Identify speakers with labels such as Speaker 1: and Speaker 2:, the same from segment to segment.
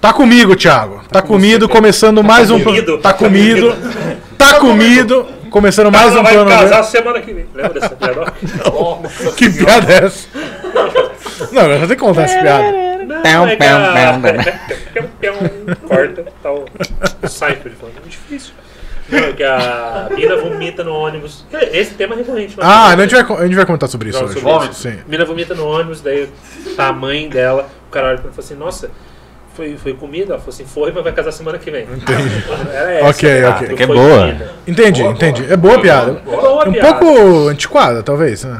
Speaker 1: Tá comigo, Thiago. Tá comido, começando mais um. pro- Tá comido. Tá comido. Começando mais
Speaker 2: Ela
Speaker 1: um
Speaker 2: Tá, vai
Speaker 1: plano.
Speaker 2: casar
Speaker 1: B.
Speaker 2: semana que vem. Lembra dessa piada?
Speaker 1: Que piada é essa? Não, eu vou ter que contar essa piada.
Speaker 2: Não,
Speaker 3: Pão,
Speaker 2: é que
Speaker 3: pão,
Speaker 2: a-
Speaker 3: pão, pão.
Speaker 2: Pão, pão. Corta, tá o o Seinfeld falando. É difícil. Não, é que a mina vomita no ônibus. Esse tema é recorrente. né?
Speaker 1: Ah, a gente vai, a gente vai comentar sobre isso
Speaker 2: Não,
Speaker 1: hoje.
Speaker 2: sobre vômito.
Speaker 1: Sim.
Speaker 2: Mina vomita no ônibus, daí tá a mãe dela, o cara olha pra ela e fala assim, nossa, foi, foi comida? Ela falou assim, foi, mas vai casar semana que vem. Entendi. Era essa.
Speaker 1: Ok, ok.
Speaker 2: Foi
Speaker 3: que é boa.
Speaker 2: comida.
Speaker 1: Entendi, entendi. É boa a piada.
Speaker 2: Boa, boa
Speaker 1: É um
Speaker 2: piada.
Speaker 1: pouco antiquada, talvez. né?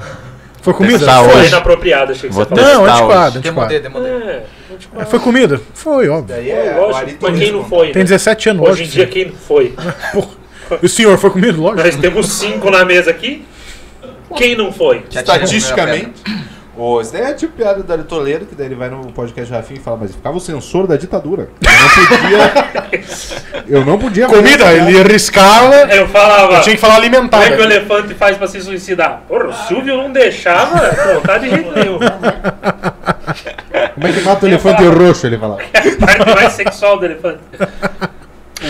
Speaker 1: Foi comida?
Speaker 3: testar
Speaker 2: Foi
Speaker 3: hoje.
Speaker 2: inapropriada, achei que
Speaker 3: Vou
Speaker 2: você falou.
Speaker 1: Não,
Speaker 3: testar
Speaker 1: antiquada,
Speaker 4: Demandei,
Speaker 1: antiquada.
Speaker 4: demandei.
Speaker 2: É, não te
Speaker 1: É, Foi comida? Foi, óbvio.
Speaker 4: Daí é, o Ari
Speaker 2: Lógico,
Speaker 4: tem
Speaker 2: mas quem não
Speaker 4: isso,
Speaker 2: foi?
Speaker 1: Tem
Speaker 2: né?
Speaker 1: 17 anos,
Speaker 2: Hoje em
Speaker 1: lógico.
Speaker 2: dia, quem não foi?
Speaker 1: Porra. E o senhor foi comido?
Speaker 2: Nós
Speaker 1: Lógico.
Speaker 2: temos cinco na mesa aqui. Quem não foi?
Speaker 4: Já tirei a
Speaker 5: Estatisticamente. Ô, isso daí é tipo piada do Dário Toledo, que daí ele vai no podcast do Rafinha e fala, mas ficava o censor da ditadura. Eu não podia. eu não podia fazer
Speaker 1: Comida?
Speaker 5: essa
Speaker 1: Ele riscava.
Speaker 2: Eu falava.
Speaker 1: Eu tinha que falar
Speaker 2: né? Como é
Speaker 1: alimentada.
Speaker 2: que o elefante faz pra se suicidar? Porra, o Silvio não deixava contar de jeito nenhum.
Speaker 5: piada. Como é que mata o elefante
Speaker 2: falava.
Speaker 5: roxo? Ele fala.
Speaker 2: A parte mais sexual do elefante.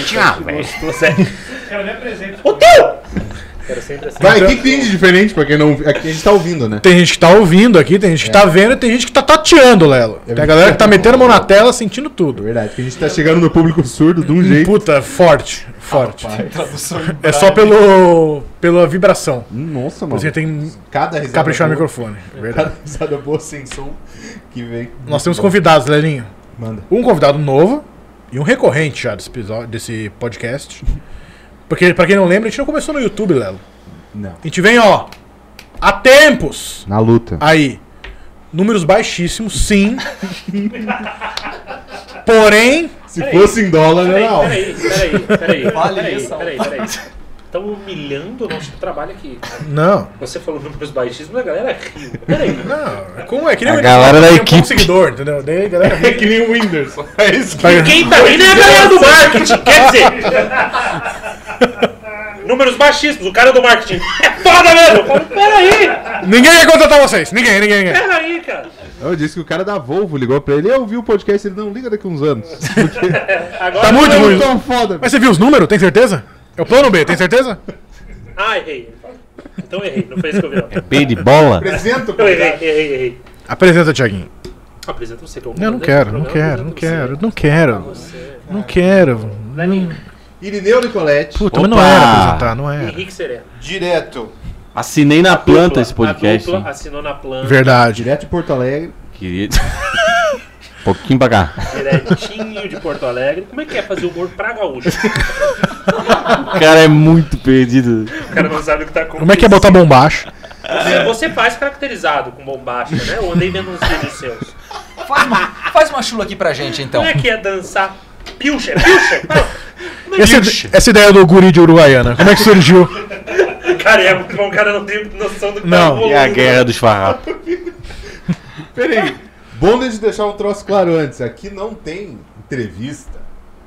Speaker 3: Tchau, velho.
Speaker 2: Gostoso, é. O teu! Era sempre assim.
Speaker 5: Vai, o que que tem de diferente pra quem não. Aqui a gente tá ouvindo, né?
Speaker 1: Tem gente que tá ouvindo aqui, tem gente que tá vendo, e tem gente que tá tateando, Lelo. Tem a galera que tá metendo a mão na tela, sentindo tudo.
Speaker 5: Verdade, que a gente tá chegando no público surdo de um jeito.
Speaker 1: Puta, forte, forte.
Speaker 4: Tradução
Speaker 1: É só pelo pela vibração.
Speaker 5: Nossa, mano.
Speaker 1: Você tem que
Speaker 5: Cada risada.
Speaker 1: caprichar no
Speaker 5: boa-
Speaker 1: microfone.
Speaker 5: Cada
Speaker 1: Verdade.
Speaker 5: risada boa sem som que vem.
Speaker 1: Nós temos convidados, Lelinho.
Speaker 5: Manda.
Speaker 1: Um convidado novo e um recorrente já desse episódio, desse podcast. Porque, pra quem não lembra, a gente não começou no YouTube, Lelo.
Speaker 5: Não.
Speaker 1: A gente vem, ó, há tempos.
Speaker 5: Na luta.
Speaker 1: Aí, números baixíssimos, sim. Porém,
Speaker 5: Se fosse em dólar, era alto.
Speaker 2: Peraí, peraí, peraí,
Speaker 4: Vale
Speaker 2: peraí,
Speaker 4: isso.
Speaker 2: peraí, peraí. Estão humilhando o nosso trabalho aqui.
Speaker 1: não.
Speaker 2: Você falou números baixíssimos, a galera riu. Peraí.
Speaker 1: Não, como é que nem
Speaker 3: A
Speaker 1: o
Speaker 3: galera da
Speaker 1: tem um
Speaker 3: equipe.
Speaker 1: seguidor, entendeu? Daí a galera
Speaker 5: É que nem o Windows. É isso que
Speaker 1: Vai-
Speaker 2: Quem tá rindo é a galera do marketing, quer dizer. Números baixíssimos, o cara do marketing. É foda mesmo! Eu falo, Peraí,
Speaker 1: Ninguém ia contratar vocês. Ninguém, ninguém, ninguém.
Speaker 2: peraí, cara.
Speaker 5: Eu disse que o cara da Volvo ligou pra ele, eu vi o podcast, ele não liga daqui uns anos. Porque
Speaker 2: Agora.
Speaker 1: Tá muito
Speaker 5: eu
Speaker 1: ruim.
Speaker 5: tão foda.
Speaker 1: Mas você viu os números? Tem certeza? É o plano B, tem certeza?
Speaker 2: Ah, errei. Então errei, não foi isso que eu vi. Não.
Speaker 3: P de bola?
Speaker 5: apresenta
Speaker 2: Eu errei, errei, errei.
Speaker 1: Apresenta, Tiaguinho.
Speaker 2: Apresenta você que eu
Speaker 1: Eu não quero, não quero, não quero, não quero. Não quero.
Speaker 5: Irineu Nicoletti,
Speaker 1: Puta, mas não
Speaker 3: Opa!
Speaker 1: era apresentar, não era.
Speaker 2: Henrique Serena.
Speaker 5: direto.
Speaker 3: Assinei na planta esse podcast.
Speaker 2: A dupla
Speaker 3: hein?
Speaker 2: assinou na planta.
Speaker 1: Verdade. né?
Speaker 5: Direto de Porto Alegre.
Speaker 3: Queria. Pouquinho pra cá.
Speaker 2: Diretinho de Porto Alegre. Como é que é fazer humor pra gaúcho?
Speaker 3: O cara é muito perdido.
Speaker 2: O cara não sabe o que tá acontecendo.
Speaker 1: Como é que é botar bombacho?
Speaker 2: Você- Você faz caracterizado com bombacha, né? Eu andei vendo uns vídeos seus.
Speaker 4: Faz uma, faz uma chula aqui pra gente, então.
Speaker 2: Como é que é dançar? Pilcher, pilcher! Como é que
Speaker 1: Essa, essa ideia do guri de Uruguaiana, como é que surgiu?
Speaker 2: Cara, é muito bom, o cara não tem noção do que
Speaker 1: Não.
Speaker 2: tá rolando.
Speaker 3: E é a guerra dos farrapos.
Speaker 5: Peraí. Bom de deixar um troço claro antes. Aqui não tem entrevista.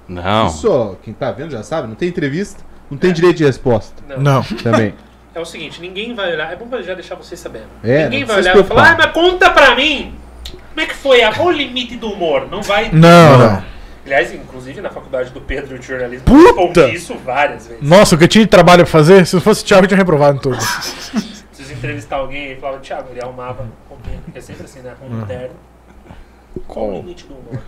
Speaker 3: Não.
Speaker 5: Isso, ó, quem tá vendo já sabe, não tem entrevista, não tem direito de resposta.
Speaker 2: Não.
Speaker 1: Não.
Speaker 5: Também.
Speaker 2: É o seguinte, ninguém vai olhar. É bom pra já deixar vocês sabendo.
Speaker 5: É,
Speaker 2: ninguém
Speaker 5: não
Speaker 2: vai
Speaker 5: precisa
Speaker 2: olhar
Speaker 5: se
Speaker 2: e falar, ah,
Speaker 5: preocupar.
Speaker 2: mas conta pra mim! Como é que foi? Ah, Qual o limite do humor? Não vai.
Speaker 1: Não, não.
Speaker 2: Aliás, inclusive na faculdade do Pedro de jornalismo,
Speaker 1: Puta!
Speaker 2: respondi isso várias vezes.
Speaker 1: Nossa, o que eu tinha de trabalho pra fazer, se fosse o Thiago, eu tinha reprovado em tudo.
Speaker 2: Preciso entrevistar alguém e falava, Thiago, ele arrumava roupinha, porque é sempre assim, né? Arruma interno. Qual o limite do humor?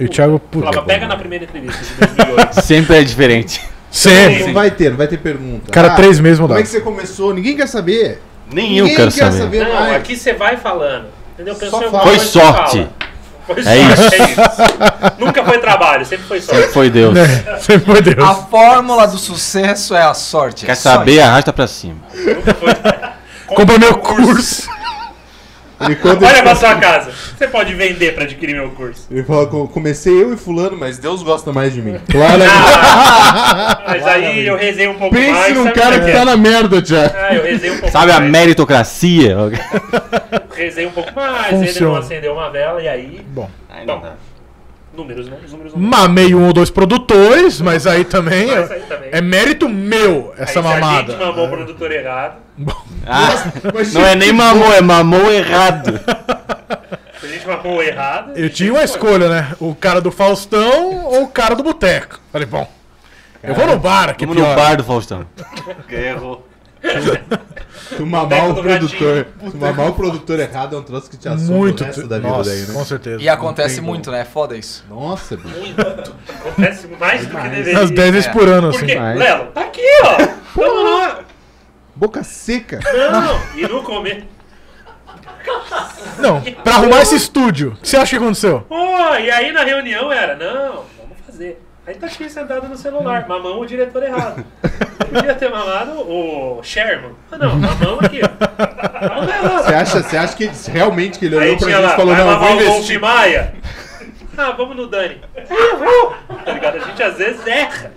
Speaker 1: E o Thiago, puta.
Speaker 2: Falava, pega na primeira entrevista de 2008.
Speaker 3: Sempre é diferente.
Speaker 1: Sempre.
Speaker 5: Não vai ter, não vai ter pergunta.
Speaker 1: Cara,
Speaker 2: Ah,
Speaker 1: três meses
Speaker 5: Como é
Speaker 1: mudava.
Speaker 5: que você começou? Ninguém quer saber.
Speaker 3: Nem eu
Speaker 5: Ninguém
Speaker 3: quero
Speaker 5: quer
Speaker 3: saber.
Speaker 5: saber,
Speaker 2: Não,
Speaker 5: mais.
Speaker 2: aqui você vai falando. Entendeu? Pensou
Speaker 5: Só
Speaker 2: em alguma
Speaker 5: fala.
Speaker 3: Foi
Speaker 2: coisa, você
Speaker 3: sorte.
Speaker 2: um fala. Foi sorte.
Speaker 3: É
Speaker 2: é isso. Nunca foi trabalho, sempre foi sorte.
Speaker 3: Foi Deus.
Speaker 1: Sempre foi
Speaker 4: A
Speaker 2: Ah,
Speaker 1: Deus.
Speaker 4: fórmula do sucesso é a sorte.
Speaker 3: Quer
Speaker 4: Só
Speaker 3: saber?
Speaker 4: isso.
Speaker 3: Arrasta pra cima.
Speaker 2: Nunca foi.
Speaker 1: Compra meu curso.
Speaker 5: Ele conta
Speaker 2: Olha pra sua casa. Você pode vender pra adquirir meu curso.
Speaker 5: Ele fala, "Co- comecei eu e fulano, mas Deus gosta mais de mim. Claro. né?
Speaker 2: Mas aí eu rezei um pouco
Speaker 5: Pense
Speaker 2: mais.
Speaker 5: num
Speaker 2: sabe
Speaker 5: cara
Speaker 2: como é
Speaker 5: que
Speaker 2: é?
Speaker 5: tá na merda, já.
Speaker 2: Ah, eu rezei um pouco
Speaker 3: Sabe a
Speaker 2: mais.
Speaker 3: meritocracia?
Speaker 2: Rezei um pouco mais, ele não
Speaker 1: Funciona.
Speaker 2: acendeu uma vela e aí.
Speaker 1: Bom.
Speaker 3: Ai,
Speaker 2: não dá. Números, né? Os números não.
Speaker 1: Mamei um ou dois produtores, mas aí também
Speaker 2: Mas
Speaker 1: é,
Speaker 2: aí também.
Speaker 1: é mérito meu
Speaker 2: Aí
Speaker 1: essa
Speaker 2: Se a
Speaker 1: mamada.
Speaker 2: gente mamou o produtor errado,
Speaker 3: Ah,
Speaker 5: Mas,
Speaker 3: não é nem mamou, é mamou errado.
Speaker 2: se a gente tinha uma rua errada.
Speaker 1: Eu tinha uma escolha, né? O cara do Faustão ou o cara do boteco. Falei, bom, eu vou no bar, que é
Speaker 3: Vamos no
Speaker 1: pior.
Speaker 3: bar do Faustão.
Speaker 2: Errou.
Speaker 5: Tu mamar o
Speaker 2: do
Speaker 5: produtor. Tu mamar o produtor errado é um troço que te assusta
Speaker 1: Muito.
Speaker 5: o resto da vida
Speaker 1: Nossa,
Speaker 5: daí, né?
Speaker 1: com certeza.
Speaker 4: E acontece
Speaker 1: Não tem
Speaker 4: muito, né? Foda isso.
Speaker 5: Nossa, bicho.
Speaker 2: Acontece mais do que
Speaker 1: como.
Speaker 2: deveria.
Speaker 1: Umas 10 vezes
Speaker 4: É.
Speaker 1: por ano, assim.
Speaker 2: Porque,
Speaker 5: Mas-
Speaker 2: Léo, tá aqui, ó. Tamo lá.
Speaker 5: Boca seca.
Speaker 2: Não, e no comer.
Speaker 1: Não, pra arrumar esse estúdio, o que você acha que aconteceu?
Speaker 2: Pô, e aí na reunião era, não, vamos fazer. Aí tá aqui sentado no celular, mamão o diretor errado. Podia ter mamado o Sherman. Ah não, mamão aqui. ó. Mamão é errado.
Speaker 5: Você acha, você acha que realmente que ele olhou
Speaker 2: Aí
Speaker 5: pra
Speaker 2: tinha
Speaker 5: gente
Speaker 2: lá,
Speaker 5: e falou,
Speaker 2: vai
Speaker 5: não, eu vou
Speaker 2: lavar o Wolf
Speaker 5: investir.
Speaker 2: Maia. Ah, vamos no Dani.
Speaker 5: É,
Speaker 2: Ah, vou. Tá ligado? A gente às vezes erra.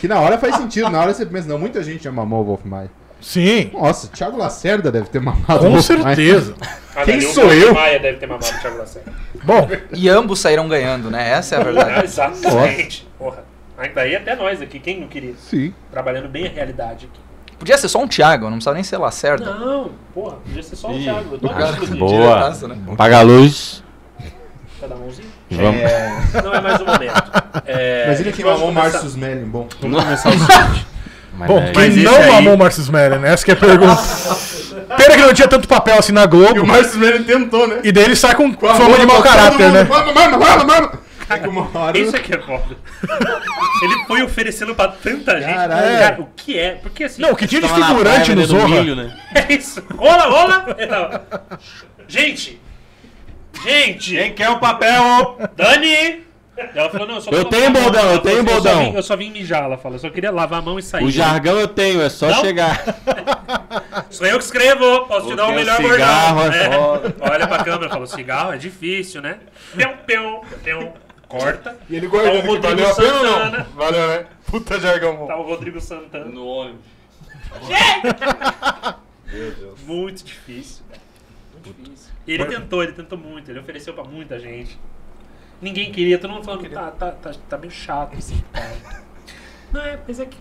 Speaker 5: Que na hora faz sentido, na hora você pensa, não, muita gente já mamou o Wolf Maia.
Speaker 1: Sim,
Speaker 5: Nossa, Thiago Lacerda deve ter mamado o
Speaker 1: com
Speaker 5: Wolf Maia.
Speaker 1: certeza.
Speaker 2: Ah,
Speaker 5: Quem
Speaker 2: daí o
Speaker 5: sou
Speaker 2: Wolf
Speaker 5: eu?
Speaker 2: Maia deve ter mamado o Thiago Lacerda.
Speaker 1: Bom,
Speaker 4: E ambos saíram ganhando, né? Essa é a
Speaker 2: Ah,
Speaker 4: verdade.
Speaker 2: exatamente. Porra. Aí daí até nós aqui, quem não queria?
Speaker 5: Sim.
Speaker 2: Trabalhando bem a realidade aqui.
Speaker 4: Podia ser só um Thiago, não precisava nem ser Lacerda.
Speaker 2: Não, porra, podia ser só o
Speaker 3: Ih,
Speaker 2: Thiago. Eu tô
Speaker 3: ah,
Speaker 2: aqui, inclusive.
Speaker 3: boa.
Speaker 4: Diretaço, né?
Speaker 3: Apaga a luz.
Speaker 2: Tá da mãozinha?
Speaker 3: e Vamos.
Speaker 2: Não é mais o momento. É,
Speaker 5: Imagina quem
Speaker 2: vamos
Speaker 5: mamou o
Speaker 2: começar.
Speaker 5: Márcio Smelling. Bom,
Speaker 3: Mas
Speaker 1: bom
Speaker 3: é-
Speaker 2: mas
Speaker 1: quem
Speaker 2: esse
Speaker 1: não
Speaker 2: aí-
Speaker 1: mamou o Marcus Mellon? Essa que é a pergunta. Pena que não tinha tanto papel assim na Globo.
Speaker 5: Márcio Smelling tentou, né?
Speaker 1: E daí ele sai com
Speaker 5: Com a
Speaker 1: fama
Speaker 5: mão
Speaker 1: de mau
Speaker 5: pra todo
Speaker 1: caráter,
Speaker 5: mundo.
Speaker 1: né?
Speaker 5: Mama, mama, mama, mama. É que uma hora-
Speaker 2: Isso aqui é foda. Ele foi oferecendo pra tanta gente.
Speaker 5: Caralho.
Speaker 2: Cara, o que é? Porque assim.
Speaker 1: Não, que tinha de
Speaker 3: Tava na
Speaker 1: figurante
Speaker 3: praia
Speaker 1: no
Speaker 3: vendendo milho,
Speaker 1: Zorra.
Speaker 3: né?
Speaker 2: É isso. Rola, rola. É, tá. Gente! Gente! Quem quer o papel? Dani! Ela falou, não, eu só
Speaker 3: Eu
Speaker 2: tô
Speaker 3: tenho
Speaker 2: lavando a mão.
Speaker 3: baldão, eu
Speaker 2: Ela falou,
Speaker 3: tenho
Speaker 2: só
Speaker 3: baldão.
Speaker 2: vim- Eu só vim mijar, ela falou. Eu só queria lavar a mão e sair.
Speaker 3: O jargão eu tenho, é só
Speaker 2: Não?
Speaker 3: chegar.
Speaker 2: Sou eu que escrevo, posso te dar o
Speaker 3: Porque
Speaker 2: melhor
Speaker 3: o cigarro
Speaker 2: bordão.
Speaker 3: é
Speaker 2: É.
Speaker 3: foda.
Speaker 2: Olha pra câmera e fala, cigarro é difícil, né? Peão, peão, peão. Corta.
Speaker 5: E ele
Speaker 2: Tá
Speaker 5: guardou.
Speaker 2: o Rodrigo
Speaker 5: valeu a pena ou
Speaker 2: Santana.
Speaker 5: não? Valeu, né? Puta jargão bom.
Speaker 2: Tá o Rodrigo Santana.
Speaker 3: No ônibus.
Speaker 2: Muito difícil. cara. Muito difícil. Ele tentou, ele tentou muito. Ele ofereceu pra muita gente. Ninguém queria. Todo mundo falando que tá, tá, tá, tá meio chato esse cara. Não, é, mas é que...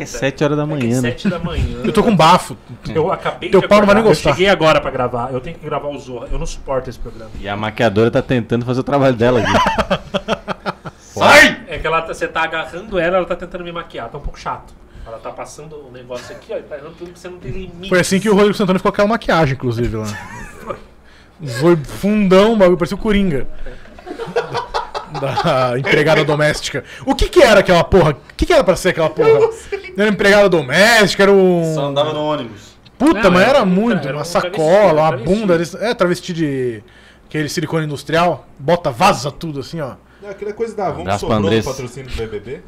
Speaker 3: É 7 horas da
Speaker 2: É que é
Speaker 3: manhã, né?
Speaker 2: sete da manhã.
Speaker 1: Eu tô com bafo.
Speaker 2: Eu acabei
Speaker 1: Teu
Speaker 2: de
Speaker 1: pau não vai nem
Speaker 2: acordar,
Speaker 1: gostar.
Speaker 2: Eu cheguei agora pra gravar. Eu tenho que gravar o Zorra. Eu não suporto esse programa.
Speaker 3: E a maquiadora tá tentando fazer o trabalho dela aqui.
Speaker 2: É que ela tá- você tá agarrando ela, ela tá tentando me maquiar, tá um pouco chato. Ela tá passando o negócio aqui, ó, e tá errando tudo que você não tem limite.
Speaker 1: Foi assim que o Rodrigo Santana ficou com aquela maquiagem, inclusive, lá. Foi fundão, o bagulho, parecia o Coringa. Da empregada doméstica. O que que era aquela porra? O que que era pra ser aquela porra? Era empregada doméstica, era um...
Speaker 3: andava no ônibus.
Speaker 1: Puta,
Speaker 2: Não,
Speaker 1: mas
Speaker 2: era
Speaker 1: era
Speaker 2: um-
Speaker 1: muito.
Speaker 2: era
Speaker 1: uma
Speaker 2: um travesti,
Speaker 1: sacola, uma
Speaker 2: era um
Speaker 1: bunda. É, travesti de... Aquele silicone industrial. Bota, vaza tudo, assim, ó.
Speaker 5: Não, Aquela coisa da Avon que
Speaker 3: Abraço
Speaker 5: sobrou
Speaker 3: pra
Speaker 5: do
Speaker 3: Andressa.
Speaker 5: patrocínio do BBB.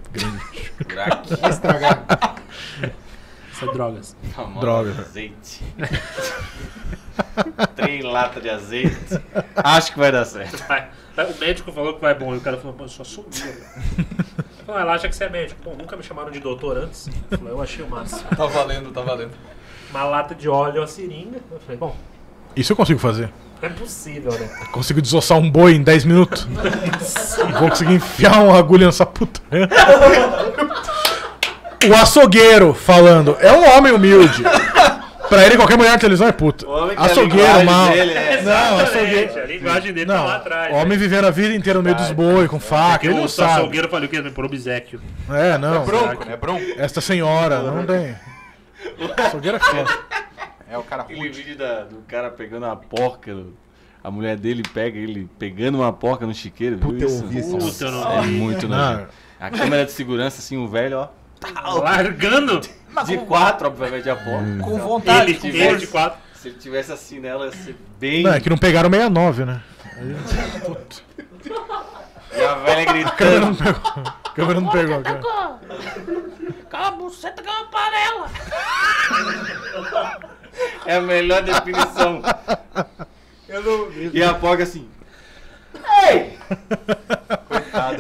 Speaker 4: Crack.
Speaker 5: Vai estragar.
Speaker 2: Essas drogas.
Speaker 1: Droga.
Speaker 3: Azeite. Três latas de azeite. Acho que vai dar certo.
Speaker 2: Vai. O médico falou que vai bom, e o cara falou, pô, eu só sou burro. Falou, ela acha que você é médico. Pô, nunca me chamaram de doutor antes. Eu falei, eu achei o máximo.
Speaker 4: Tá valendo, tá valendo.
Speaker 2: Uma lata de óleo, uma seringa. Eu falei, bom,
Speaker 1: Isso eu consigo fazer.
Speaker 2: não é possível, né?
Speaker 1: Consigo desossar um boi em 10 minutos. Vou conseguir enfiar uma agulha nessa puta. O açougueiro falando, é um homem humilde. Pra ele, qualquer mulher na televisão é puta. Açougueiro, mal.
Speaker 3: né?
Speaker 1: Não,
Speaker 2: Exatamente,
Speaker 1: açougueiro.
Speaker 2: a linguagem dele tá
Speaker 1: Não,
Speaker 2: lá atrás.
Speaker 1: homem vivendo a vida inteira no meio dos boi, com faca,
Speaker 2: É que
Speaker 1: ele
Speaker 2: o
Speaker 1: não sabe.
Speaker 2: açougueiro falou que era por obsequio.
Speaker 1: É, não.
Speaker 5: Bronco, né? Bronco.
Speaker 1: Esta senhora,
Speaker 2: né?
Speaker 1: não tem. Açougueiro é foda.
Speaker 5: É o cara
Speaker 3: Aquele
Speaker 5: ruim.
Speaker 3: vídeo da- do cara pegando uma porca. A mulher dele pega ele pegando uma porca no chiqueiro. viu
Speaker 5: Puta, eu
Speaker 3: isso?
Speaker 5: ouvi esse
Speaker 2: Puta, eu não
Speaker 3: É
Speaker 2: vi.
Speaker 3: muito
Speaker 1: Não.
Speaker 3: nojento. A câmera de segurança, assim, o velho, ó.
Speaker 2: Largando
Speaker 3: De quatro, obviamente, a porca.
Speaker 4: Com vontade.
Speaker 2: ele,
Speaker 4: com
Speaker 2: ele de
Speaker 4: força.
Speaker 2: quatro.
Speaker 3: Se ele tivesse assim nela, ia ser bem.
Speaker 1: Não, é que não pegaram 69, né?
Speaker 3: E a velha
Speaker 1: A câmera
Speaker 3: gritando.
Speaker 1: não pegou. A câmera não pegou.
Speaker 2: Tá
Speaker 1: cara.
Speaker 6: Cala a buceta que eu amparo ela.
Speaker 3: É a melhor definição. E a porca assim.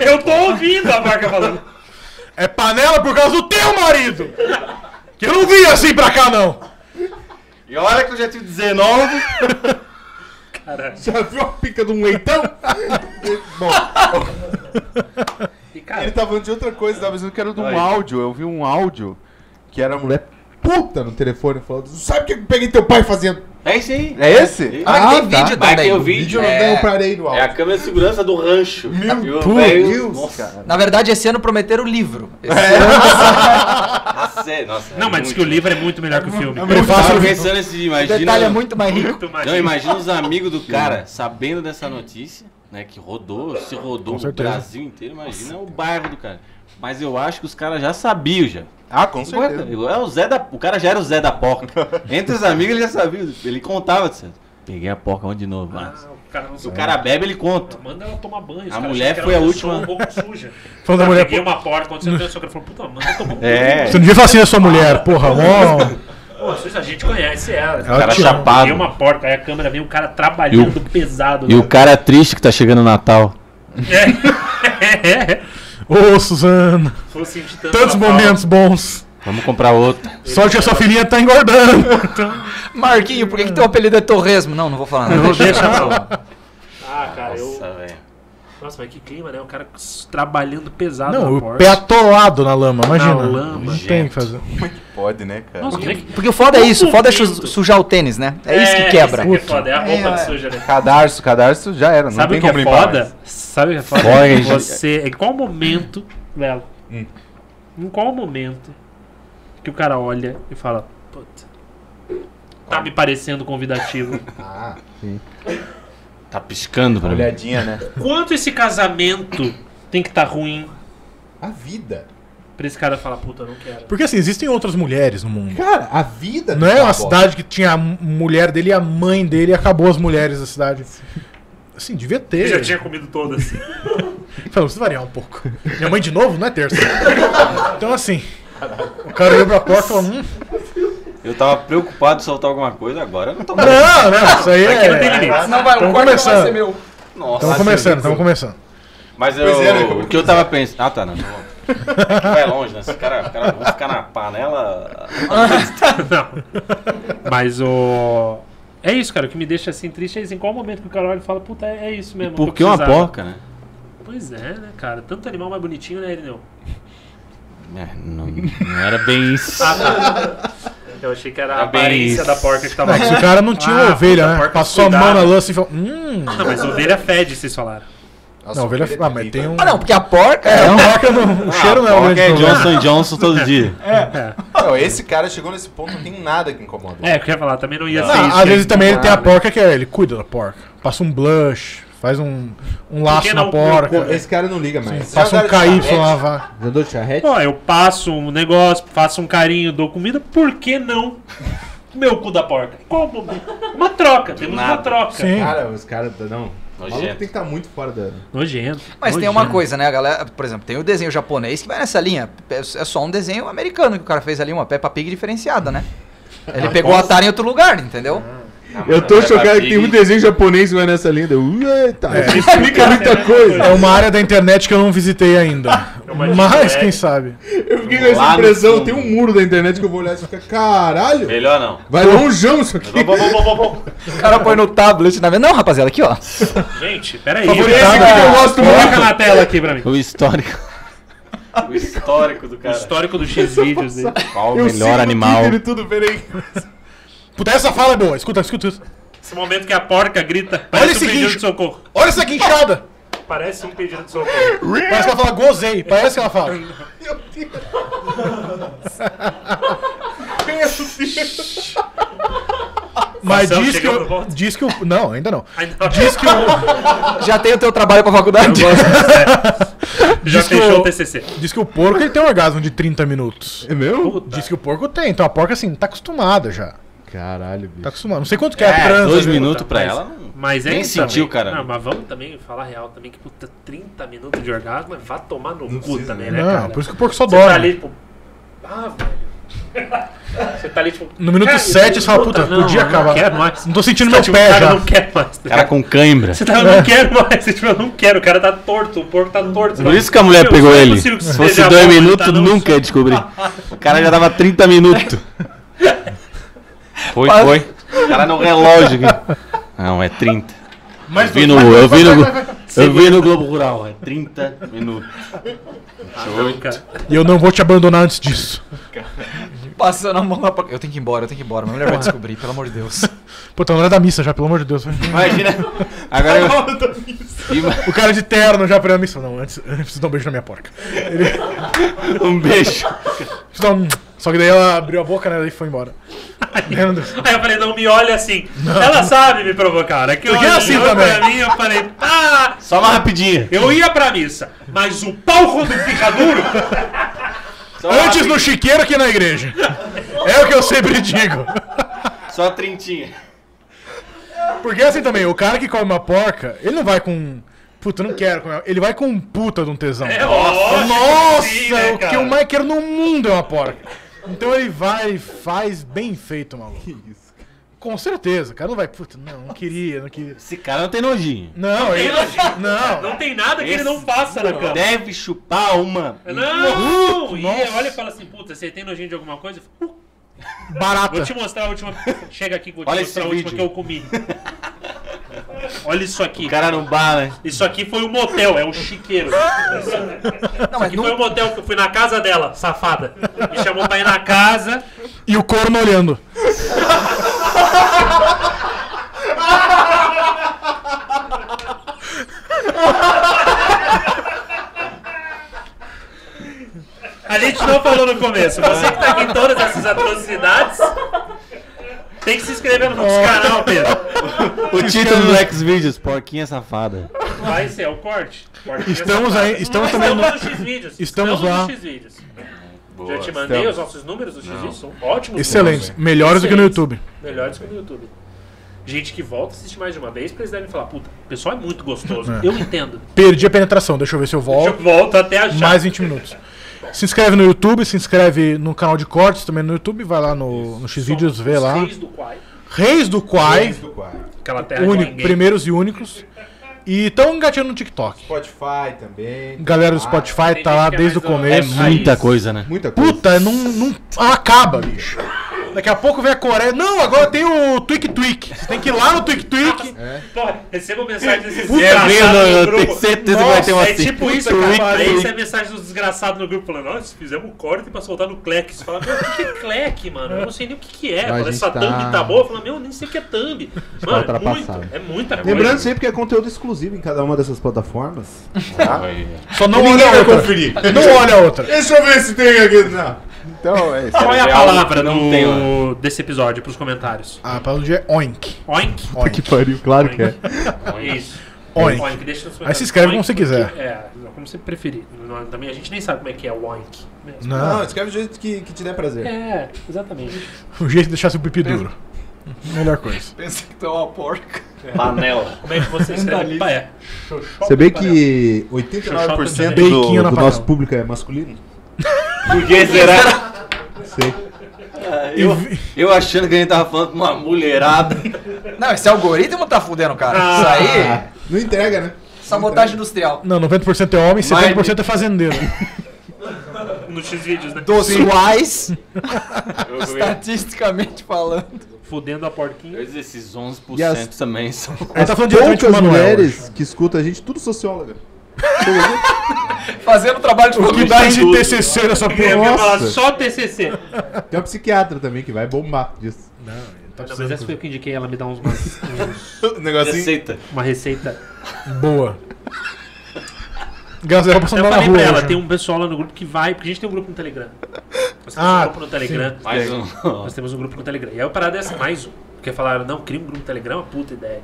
Speaker 2: Eu tô ouvindo a marca falando.
Speaker 1: É panela por causa do teu marido! Que eu não vim assim pra cá, não!
Speaker 3: E olha que eu já tive 19.
Speaker 2: Caralho.
Speaker 5: Já viu a pica de um leitão? Bom,
Speaker 2: E
Speaker 5: ele
Speaker 2: cara,
Speaker 5: tá falando de outra coisa, tava dizendo que era de um
Speaker 3: Aí.
Speaker 5: áudio. Eu vi um áudio que era a mulher puta no telefone falando: Sabe o que eu peguei teu pai fazendo?
Speaker 3: É isso aí.
Speaker 7: É esse?
Speaker 3: Ah,
Speaker 4: Ah, tem
Speaker 7: tá.
Speaker 4: vídeo
Speaker 3: Vai ter o
Speaker 4: também.
Speaker 3: vídeo.
Speaker 7: Vídeo
Speaker 5: né?
Speaker 7: não
Speaker 4: É.
Speaker 7: tem, eu parei no
Speaker 3: É a
Speaker 7: áudio.
Speaker 3: câmera de segurança do rancho.
Speaker 7: Meu
Speaker 3: E o
Speaker 7: Deus.
Speaker 3: velho- Nossa, cara.
Speaker 4: Na verdade, esse ano prometeram o livro. Esse
Speaker 3: Nossa, é- nossa,
Speaker 2: Não, mas diz que o livro é muito melhor que o filme.
Speaker 1: muito
Speaker 3: Eu tava
Speaker 1: Fácil.
Speaker 3: pensando nesse dia,
Speaker 4: o detalhe é
Speaker 3: imagina.
Speaker 4: muito mais rico.
Speaker 2: Muito mais.
Speaker 3: Não, imagina os amigos do cara sabendo dessa notícia, né? Que rodou, se rodou
Speaker 1: Com
Speaker 3: o
Speaker 1: certeza.
Speaker 3: Brasil inteiro, imagina o bairro do cara. Mas eu acho que os caras já sabiam já.
Speaker 7: Ah, com certeza.
Speaker 3: É o Zé da. O cara já era o Zé da porca. Entre os amigos ele já sabia. Ele contava, disse, peguei a porca onde de novo.
Speaker 2: Ah,
Speaker 3: mas."
Speaker 2: o cara não
Speaker 3: Se o cara bebe, ele conta.
Speaker 2: Manda ela tomar banho. os
Speaker 3: A
Speaker 2: caras
Speaker 3: mulher
Speaker 2: acham que
Speaker 3: foi
Speaker 2: ela é
Speaker 3: a
Speaker 2: uma pessoa
Speaker 3: última.
Speaker 2: Um pouco suja.
Speaker 1: Falando da
Speaker 2: Eu
Speaker 1: mulher,
Speaker 2: peguei
Speaker 1: pô,
Speaker 2: uma porta, quando você entrou, só que ela falou, puta, manda tomar banho.
Speaker 3: É.
Speaker 1: você não devia falar assim da sua mulher, porra, mó.
Speaker 2: Pô, a gente conhece ela.
Speaker 1: Ela
Speaker 3: cara
Speaker 1: te ama.
Speaker 3: chapado.
Speaker 2: Peguei uma porta, aí a câmera vem um cara trabalhando pesado.
Speaker 3: E o cara triste que tá chegando o Natal.
Speaker 2: É.
Speaker 1: Ô, Suzana,
Speaker 2: Falou assim, de tanto
Speaker 1: tantos
Speaker 2: Natal.
Speaker 1: momentos bons.
Speaker 3: Vamos comprar outro.
Speaker 1: Sorte que a sua filhinha tá engordando.
Speaker 4: Marquinho, por que, que teu apelido é Torresmo? Não, não vou falar nada.
Speaker 2: Não, deixa pra Ah, cara, eu...
Speaker 3: Nossa, velho.
Speaker 2: Nossa, mas que clima, né? O cara s- trabalhando pesado
Speaker 1: Não,
Speaker 2: na
Speaker 1: o
Speaker 2: porta.
Speaker 1: pé atolado na lama, imagina.
Speaker 2: lama.
Speaker 1: Não tem o que fazer.
Speaker 7: Pode, né, cara?
Speaker 2: Nossa, como é que...
Speaker 4: Porque o foda é isso, o foda é
Speaker 2: Momento.
Speaker 4: su- sujar o tênis, né? É isso que quebra.
Speaker 2: Isso aqui é foda, é a roupa
Speaker 4: É,
Speaker 2: que
Speaker 4: é.
Speaker 2: suja, né?
Speaker 7: Cadarço, cadarço já era. Não
Speaker 2: Sabe
Speaker 7: tem
Speaker 2: o que
Speaker 7: como
Speaker 2: é
Speaker 7: limpar
Speaker 2: foda?
Speaker 7: mais.
Speaker 2: Sabe o que é foda?
Speaker 3: Fora, gente.
Speaker 2: Você, em qual momento, Léo? Em qual momento que o cara olha e fala, puta, tá me parecendo convidativo.
Speaker 7: Ah,
Speaker 3: Tá piscando pra mim.
Speaker 7: olhadinha, né?
Speaker 2: Quanto esse casamento tem que tá ruim
Speaker 7: A vida.
Speaker 2: pra esse cara falar, puta, não quero.
Speaker 1: Porque assim, existem outras mulheres no mundo.
Speaker 7: Cara, a vida.
Speaker 1: Não é
Speaker 7: tá
Speaker 1: uma
Speaker 7: uma
Speaker 1: cidade que tinha a m- mulher dele e a mãe dele e acabou as mulheres da cidade. Assim, devia ter.
Speaker 2: Eu já tinha comido todas.
Speaker 1: Falou, precisa variar um pouco. Minha mãe de novo, não é terça. então assim, o cara olhou pra porta e falou, hum,
Speaker 3: Eu tava preocupado de soltar alguma coisa, agora eu não tô mais.
Speaker 1: não, não, isso aí
Speaker 2: Aqui não tem
Speaker 1: é...
Speaker 2: limite.
Speaker 4: Não vai,
Speaker 1: Tamo corte não vai ser começando.
Speaker 4: meu.
Speaker 3: Nossa.
Speaker 1: Estamos começando, estamos começando.
Speaker 3: Mas eu,
Speaker 7: Pois é, né?
Speaker 3: o que eu tava pensando. Ah, tá, não. tá bom. É que vai longe, né? Esse cara, cara vou ficar na panela.
Speaker 2: Mas o. É isso, cara. O que me deixa assim triste é isso. Em qual momento que o cara olha e fala, puta, é é isso mesmo.
Speaker 3: Por
Speaker 2: eu
Speaker 3: que
Speaker 2: tô
Speaker 3: uma
Speaker 2: precisando.
Speaker 3: porca, né?
Speaker 2: Pois é, né, cara? Tanto animal mais bonitinho, né, Irineu?
Speaker 3: É, não, não era bem isso.
Speaker 2: Ah, Eu achei que era a
Speaker 3: Parabéns.
Speaker 2: aparência da porca que tava
Speaker 1: É que se o cara não tinha
Speaker 2: Ah,
Speaker 1: ovelha,
Speaker 2: puta,
Speaker 1: né?
Speaker 2: porca
Speaker 1: Passou a
Speaker 2: cuidada.
Speaker 1: mão na lança e falou, hum...
Speaker 2: Não, mas ovelha fede, vocês falaram.
Speaker 7: Nossa,
Speaker 1: Não, ovelha... Ah, mas
Speaker 7: terrível.
Speaker 1: tem um...
Speaker 4: Ah, não, porque a porca é,
Speaker 1: É, um porca não... O cheiro não é o
Speaker 3: porca é
Speaker 1: grande problema.
Speaker 3: Johnson Johnson É. todo dia.
Speaker 7: Não, esse cara chegou nesse ponto, não tem nada que incomoda.
Speaker 2: É, eu queria falar, também não ia ser
Speaker 1: Não,
Speaker 2: isso.
Speaker 1: às
Speaker 2: né?
Speaker 1: vezes também ele tem a
Speaker 7: nada.
Speaker 1: porca que é, ele cuida da porca. Passa um blush, faz um, um laço
Speaker 2: Porque
Speaker 1: na
Speaker 2: não-
Speaker 1: porca.
Speaker 7: Esse cara não liga mais.
Speaker 1: Passa
Speaker 5: é
Speaker 1: um KY lá, vá.
Speaker 7: Jogador de charrete?
Speaker 2: Ó, eu passo um negócio, faço um carinho, dou comida, por que não? Meu cu da porca. Qual o momento? Uma troca, temos uma
Speaker 3: nada.
Speaker 2: troca.
Speaker 1: Sim.
Speaker 7: Cara, os caras. Não. O maluco tem
Speaker 3: Nojento.
Speaker 7: que estar muito fora da.
Speaker 2: Nojento.
Speaker 4: Mas tem
Speaker 2: nojento.
Speaker 4: uma coisa, né, a galera? Por exemplo, tem o desenho japonês que vai nessa linha. É é só um desenho americano que o cara fez ali, uma Peppa Pig diferenciada, né? Ele pegou o Atari em outro lugar, entendeu?
Speaker 7: Eu tô chocado que tem muito desenho japonês que vai nessa linda. Eita, explica muita coisa.
Speaker 1: É uma área da internet que eu não visitei ainda.
Speaker 2: uma
Speaker 1: Mas,
Speaker 2: dica,
Speaker 1: quem
Speaker 2: é.
Speaker 1: sabe?
Speaker 7: Eu fiquei com essa
Speaker 3: Lá no
Speaker 7: impressão.
Speaker 3: fundo.
Speaker 7: Tem um muro da internet que eu vou olhar e ficar, caralho.
Speaker 3: Melhor não.
Speaker 7: Vai longeão isso aqui.
Speaker 3: Bom, bom, bom, bom, bom.
Speaker 4: O cara põe no tablet na mesa. Não, rapaziada, aqui, ó.
Speaker 2: Gente, peraí.
Speaker 1: Favoritada.
Speaker 2: cara.
Speaker 7: eu gosto
Speaker 2: Coloca na tela aqui pra mim.
Speaker 3: O histórico. O histórico do
Speaker 2: O
Speaker 3: cara.
Speaker 2: histórico do X-Vídeos dele.
Speaker 3: Qual
Speaker 7: Eu sigo no Twitter e tudo, peraí.
Speaker 1: Puta, essa fala é boa. Escuta, escuta isso.
Speaker 2: Esse momento que a porca grita,
Speaker 1: Olha
Speaker 2: parece
Speaker 1: esse
Speaker 2: um pedido
Speaker 1: guincho.
Speaker 2: de socorro.
Speaker 1: Olha essa guinchada.
Speaker 2: Parece um pedido de socorro.
Speaker 1: Parece que ela fala gozei. Parece que ela fala.
Speaker 7: Meu Deus.
Speaker 1: Mas
Speaker 2: Marcelo,
Speaker 1: diz que,
Speaker 2: chegou
Speaker 1: o-
Speaker 2: pro voto?
Speaker 1: diz que o. Não, ainda não.
Speaker 2: Ai, não.
Speaker 1: Diz que o,
Speaker 4: Já tem o teu trabalho pra faculdade.
Speaker 2: Já
Speaker 1: diz que
Speaker 2: fechou
Speaker 1: o-
Speaker 2: o TCC.
Speaker 1: diz que o porco ele tem um orgasmo de 30 minutos.
Speaker 7: É meu?
Speaker 2: Puta.
Speaker 1: Diz que o porco tem. Então a porca, assim, tá acostumada já.
Speaker 7: Caralho, bicho.
Speaker 1: Tá acostumada. Não sei quanto que é, a transa.
Speaker 3: dois
Speaker 1: viu?
Speaker 3: minutos pra
Speaker 2: Mas-
Speaker 3: ela. não-
Speaker 2: Mas é
Speaker 3: Nem
Speaker 2: isso
Speaker 3: sentiu,
Speaker 2: também.
Speaker 3: cara.
Speaker 2: Não, mas vamos também falar real também, que puta, 30 minutos de orgasmo, é vá tomar no cu
Speaker 7: precisa,
Speaker 2: também, né,
Speaker 1: Não,
Speaker 2: cara?
Speaker 1: por isso que o porco só
Speaker 2: Você tá
Speaker 1: dorme.
Speaker 2: ali, tipo... Ah, velho. Você tá ali, tipo...
Speaker 1: No minuto
Speaker 2: cara,
Speaker 1: sete, você fala, puta,
Speaker 2: não,
Speaker 1: podia acabar.
Speaker 2: Não quero mais.
Speaker 1: Não tô sentindo
Speaker 2: Você
Speaker 1: meu
Speaker 2: tipo,
Speaker 1: pé
Speaker 2: cara,
Speaker 1: já. é.
Speaker 2: não quero mais.
Speaker 3: Cara com cãibra.
Speaker 2: Você tá, eu não quero mais. Você, tipo, eu não quero. O cara tá torto. O porco tá torto.
Speaker 3: Por isso que a mulher
Speaker 2: Meu,
Speaker 3: pegou
Speaker 2: eu não
Speaker 3: ele.
Speaker 2: consigo que
Speaker 3: Se
Speaker 2: isso
Speaker 3: fosse
Speaker 2: seja
Speaker 3: dois
Speaker 2: bom, ele
Speaker 3: minutos,
Speaker 2: tá no-
Speaker 3: nunca ia descobrir. O cara já dava 30 minutos. Foi,
Speaker 4: Mas-
Speaker 3: foi. O cara no relógio. aqui. Não, é 30.
Speaker 1: Mas
Speaker 3: eu vi no, eu vi no, eu vi no Globo Rural, é 30 minutos.
Speaker 2: Cara,
Speaker 1: E eu não vou te abandonar antes disso.
Speaker 4: passando a mão na porta. Eu tenho que ir embora, eu tenho que ir embora. Minha mulher vai descobrir, pelo amor de Deus.
Speaker 1: Pô, tá na hora da missa já, pelo amor de Deus.
Speaker 3: Imagina. Agora eu. Ima-
Speaker 1: O cara de terno já pra missa. Não, antes, antes preciso dar um beijo na minha porca.
Speaker 3: Um beijo.
Speaker 1: Preciso dar um... Só que daí ela abriu a boca, né? E foi embora. Leandro.
Speaker 2: Aí eu falei, não me olha assim. Ela sabe me provocar. É que
Speaker 1: Porque é
Speaker 2: olha,
Speaker 1: assim
Speaker 2: olhou
Speaker 1: também.
Speaker 2: pra mim, eu falei, pá!
Speaker 3: Só uma rapidinha.
Speaker 2: Eu ia pra missa, mas o pau quando fica duro,
Speaker 3: Só uma
Speaker 1: Antes
Speaker 3: rapidinha.
Speaker 1: no chiqueiro que na igreja. É o que eu sempre digo.
Speaker 3: Só a trintinha.
Speaker 1: Porque assim também, o cara que come uma porca, ele não vai com. um, Puta, eu não quero comer. Ele vai com um puta de um tesão.
Speaker 2: é ótimo.
Speaker 1: Nossa,
Speaker 2: sim, né,
Speaker 1: o que
Speaker 2: cara?
Speaker 1: eu mais quero no mundo é uma porca. Então ele vai e faz bem feito, maluco. Com certeza, o cara não vai, puta, não, não queria, não queria.
Speaker 3: Esse cara não tem nojinho.
Speaker 1: Não, ele.
Speaker 2: nojinho.
Speaker 1: Não.
Speaker 2: Não tem nada que ele
Speaker 3: Esse-
Speaker 2: não faça na cama.
Speaker 3: Deve chupar uma.
Speaker 2: Não! E
Speaker 1: nossa.
Speaker 2: olha e fala assim, puta, você tem nojinho de alguma coisa? Eu falo, "Uh, Vou
Speaker 1: Barata.
Speaker 2: te mostrar a última. Chega aqui, vou te
Speaker 3: Olha
Speaker 2: mostrar a
Speaker 3: esse
Speaker 2: última
Speaker 3: vídeo.
Speaker 2: que eu comi. Olha isso aqui.
Speaker 3: O cara não bala, né?
Speaker 2: Isso aqui foi um motel, é um chiqueiro.
Speaker 4: Não, mas
Speaker 2: E foi um
Speaker 4: não.
Speaker 2: motel que eu fui na casa dela, safada. Me chamou pra ir na casa.
Speaker 1: E o corno olhando.
Speaker 2: A gente não falou no começo. Você que tá aqui em todas essas atrocidades, tem que se inscrever no nosso canal, Pedro.
Speaker 3: O título do X-Videos, porquinha safada.
Speaker 2: Vai ser o corte. Corte
Speaker 1: Estamos aí, estamos
Speaker 2: Mas
Speaker 1: também no.
Speaker 2: no X-Vídeos.
Speaker 1: Estamos lá.
Speaker 2: no X-Vídeos. Já te mandei os nossos números do X-Vídeos, são ótimos.
Speaker 1: Excelentes,
Speaker 2: números.
Speaker 1: melhores do que no
Speaker 2: Excelentes.
Speaker 1: YouTube.
Speaker 2: Melhores que no YouTube. Gente que volta a assistir mais de uma vez, pra eles devem falar, puta, o pessoal é muito gostoso. Eu entendo.
Speaker 1: Perdi a penetração, deixa eu ver se eu
Speaker 2: Eu
Speaker 1: volto.
Speaker 2: volto até achar.
Speaker 1: Mais 20 minutos. Se inscreve no YouTube, se inscreve no canal de cortes também no YouTube, vai lá no, no X-Vídeos, vê lá.
Speaker 2: Seis do Quai.
Speaker 1: Reis do Quai,
Speaker 2: Aquela terra que
Speaker 1: único,
Speaker 2: ninguém-
Speaker 1: primeiros e únicos. E tão engatinhando no TikTok.
Speaker 7: Spotify também. Ah,
Speaker 1: Galera do
Speaker 5: Ah,
Speaker 1: Spotify tá lá
Speaker 2: que é
Speaker 1: desde o
Speaker 2: mais, ó,
Speaker 3: É
Speaker 1: começo.
Speaker 3: muita coisa, né?
Speaker 7: Muita coisa.
Speaker 1: Puta, não, não acaba, bicho. Daqui a pouco vem a Coreia. Não, agora tem o Twik Twik. Você tem que ir lá no Twik Twik.
Speaker 2: Pô, recebo mensagem desses
Speaker 3: É, eu
Speaker 2: desgraçados no
Speaker 3: tenho
Speaker 2: grupo.
Speaker 3: certeza que vai ter uma
Speaker 2: é
Speaker 3: assim.
Speaker 2: tipo isso,
Speaker 3: Puta,
Speaker 2: cara.
Speaker 3: Twitch,
Speaker 2: Isso é mensagem dos desgraçados no grupo falando, nós fizemos um corte pra soltar no Clec. Você fala, meu, o que que é Clec, mano? Eu não sei nem o que, que é.
Speaker 7: A
Speaker 2: Fala,
Speaker 7: gente
Speaker 2: essa
Speaker 7: tá-
Speaker 2: thumb tá boa? Eu falo, meu, nem sei o que é thumb. Mano, é muito,
Speaker 7: ultrapassado.
Speaker 2: é muita coisa.
Speaker 7: Lembrando sempre que é conteúdo exclusivo em cada uma dessas plataformas.
Speaker 1: Só não olha a outra. Não olha a outra.
Speaker 7: Deixa eu ver se tem aqui. Não. Então é isso.
Speaker 2: Qual é a
Speaker 3: Real,
Speaker 2: palavra
Speaker 3: não
Speaker 2: do-
Speaker 3: tem
Speaker 2: desse episódio pros comentários?
Speaker 1: Ah, para o dia é Oink.
Speaker 2: Oink?
Speaker 1: Oink.
Speaker 7: pariu, claro que é.
Speaker 2: Isso.
Speaker 1: Oink.
Speaker 2: deixa nos
Speaker 1: Aí se escreve como
Speaker 2: Oink,
Speaker 1: você quiser.
Speaker 2: porque- É, como você preferir. Não, Também a gente nem sabe como é que é o oink. mesmo.
Speaker 7: Não,
Speaker 1: Não,
Speaker 7: escreve do jeito que, que te der prazer.
Speaker 2: É, exatamente.
Speaker 1: o jeito de deixar seu pipi duro. Melhor coisa.
Speaker 4: Pensa que tu é uma porca.
Speaker 3: Panela.
Speaker 2: Como é que você escreve? Pá, é.
Speaker 7: Você vê que 89%
Speaker 1: Beiquinho na
Speaker 7: do, do
Speaker 1: panela.
Speaker 7: nosso público é masculino?
Speaker 3: Por que será?
Speaker 7: Sei.
Speaker 3: Eu, eu achando que a gente tava falando com uma mulherada.
Speaker 4: Não, esse algoritmo tá fudendo, cara. Isso aí.
Speaker 7: Ah, não entrega, né?
Speaker 4: Sabotagem industrial.
Speaker 1: Não, 90% é homem, 70% é fazendeiro.
Speaker 2: No X-Vídeos, né?
Speaker 4: Dos quais,
Speaker 3: Eu, eu,
Speaker 4: estatisticamente falando.
Speaker 2: Fudendo a porquinha.
Speaker 3: esses 11%
Speaker 7: E as-
Speaker 3: também são.
Speaker 1: Ele tá falando diretamente com o
Speaker 7: Poucas
Speaker 1: Manuel.
Speaker 7: mulheres que escutam a gente, tudo socióloga.
Speaker 4: Fazendo trabalho de
Speaker 1: Que
Speaker 4: formiguinha.
Speaker 1: dá de TCC nessa
Speaker 2: Eu
Speaker 1: porra.
Speaker 2: ia falar
Speaker 7: Nossa.
Speaker 2: só TCC.
Speaker 7: Tem uma psiquiatra também que vai bombar disso.
Speaker 1: Tá
Speaker 2: Não, mas essa foi eu que indiquei ela me dá uns, umas- uns-
Speaker 7: O assim- negocinho.
Speaker 3: Receita.
Speaker 2: uma receita.
Speaker 1: Boa. Graças a Deus, passando
Speaker 2: Eu
Speaker 1: mal é na
Speaker 2: falei
Speaker 1: rua.
Speaker 2: pra ela,
Speaker 1: hoje,
Speaker 2: tem
Speaker 1: né?
Speaker 2: um pessoal lá no grupo que vai, porque a gente tem um grupo no Telegram. Nós temos
Speaker 1: Ah,
Speaker 2: um grupo no Telegram.
Speaker 3: Mais um.
Speaker 2: Nós temos um grupo no Telegram. E aí a parada é essa, mais um. Porque falaram, não, cria um grupo no Telegram, é uma puta ideia.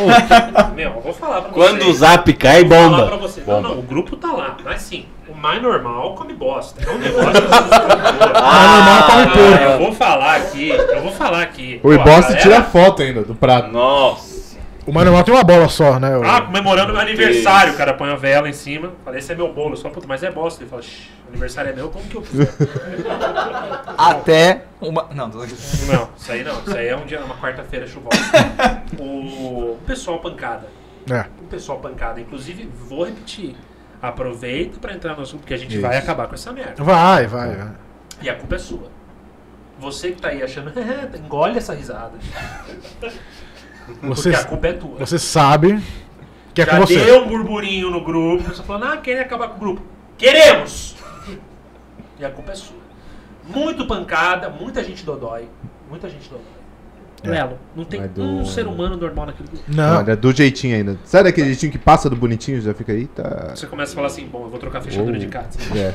Speaker 2: Ô, Meu, eu vou falar pra
Speaker 3: Quando o
Speaker 2: vocês.
Speaker 3: zap cai,
Speaker 2: Vou falar pra
Speaker 3: bomba.
Speaker 2: vocês. Não, não, o grupo tá lá. Mas sim, o mais normal come bosta. É um negócio que
Speaker 1: Ah, normal, come porco.
Speaker 2: Ah, Eu vou falar aqui, eu vou falar aqui.
Speaker 7: O
Speaker 2: Pô, a
Speaker 7: Ibosta
Speaker 2: galera-
Speaker 7: tira foto ainda do
Speaker 3: tá um
Speaker 7: prato.
Speaker 3: Nossa.
Speaker 1: O Manuel tem uma bola só, né? o-
Speaker 2: Ah, comemorando meu aniversário, o cara põe a vela em cima. Falei, esse é meu bolo. Só, puta, mas é bosta. Ele fala, "Shh, aniversário é meu, como que eu fiz?
Speaker 4: Até uma. Não, tô...
Speaker 2: não, isso aí não. Isso aí é um dia, uma quarta-feira chuvosa. o pessoal pancada.
Speaker 1: É.
Speaker 2: O pessoal pancada. Inclusive, vou repetir. Aproveita pra entrar no assunto, porque a gente
Speaker 7: Isso.
Speaker 2: vai acabar com essa merda.
Speaker 1: Vai, vai, vai.
Speaker 2: E a culpa é sua. Você que tá aí achando, engole essa risada.
Speaker 1: Você,
Speaker 2: Porque a culpa é tua.
Speaker 1: você sabe que é
Speaker 2: Já
Speaker 1: com você.
Speaker 2: deu um burburinho no grupo, você falando, ah, querem acabar com o grupo. Queremos! E a culpa é sua. Muito pancada, muita gente dodói. Muita gente dodói. Lelo, não tem
Speaker 7: Vai do-
Speaker 2: um ser humano normal naquele. Ah.
Speaker 1: Não.
Speaker 7: Olha, é do jeitinho ainda. Sabe aquele jeitinho que passa do bonitinho já fica aí? Tá.
Speaker 2: Você começa a falar assim: bom, eu vou trocar a fechadura
Speaker 7: Oh.
Speaker 2: de cartas.
Speaker 7: É.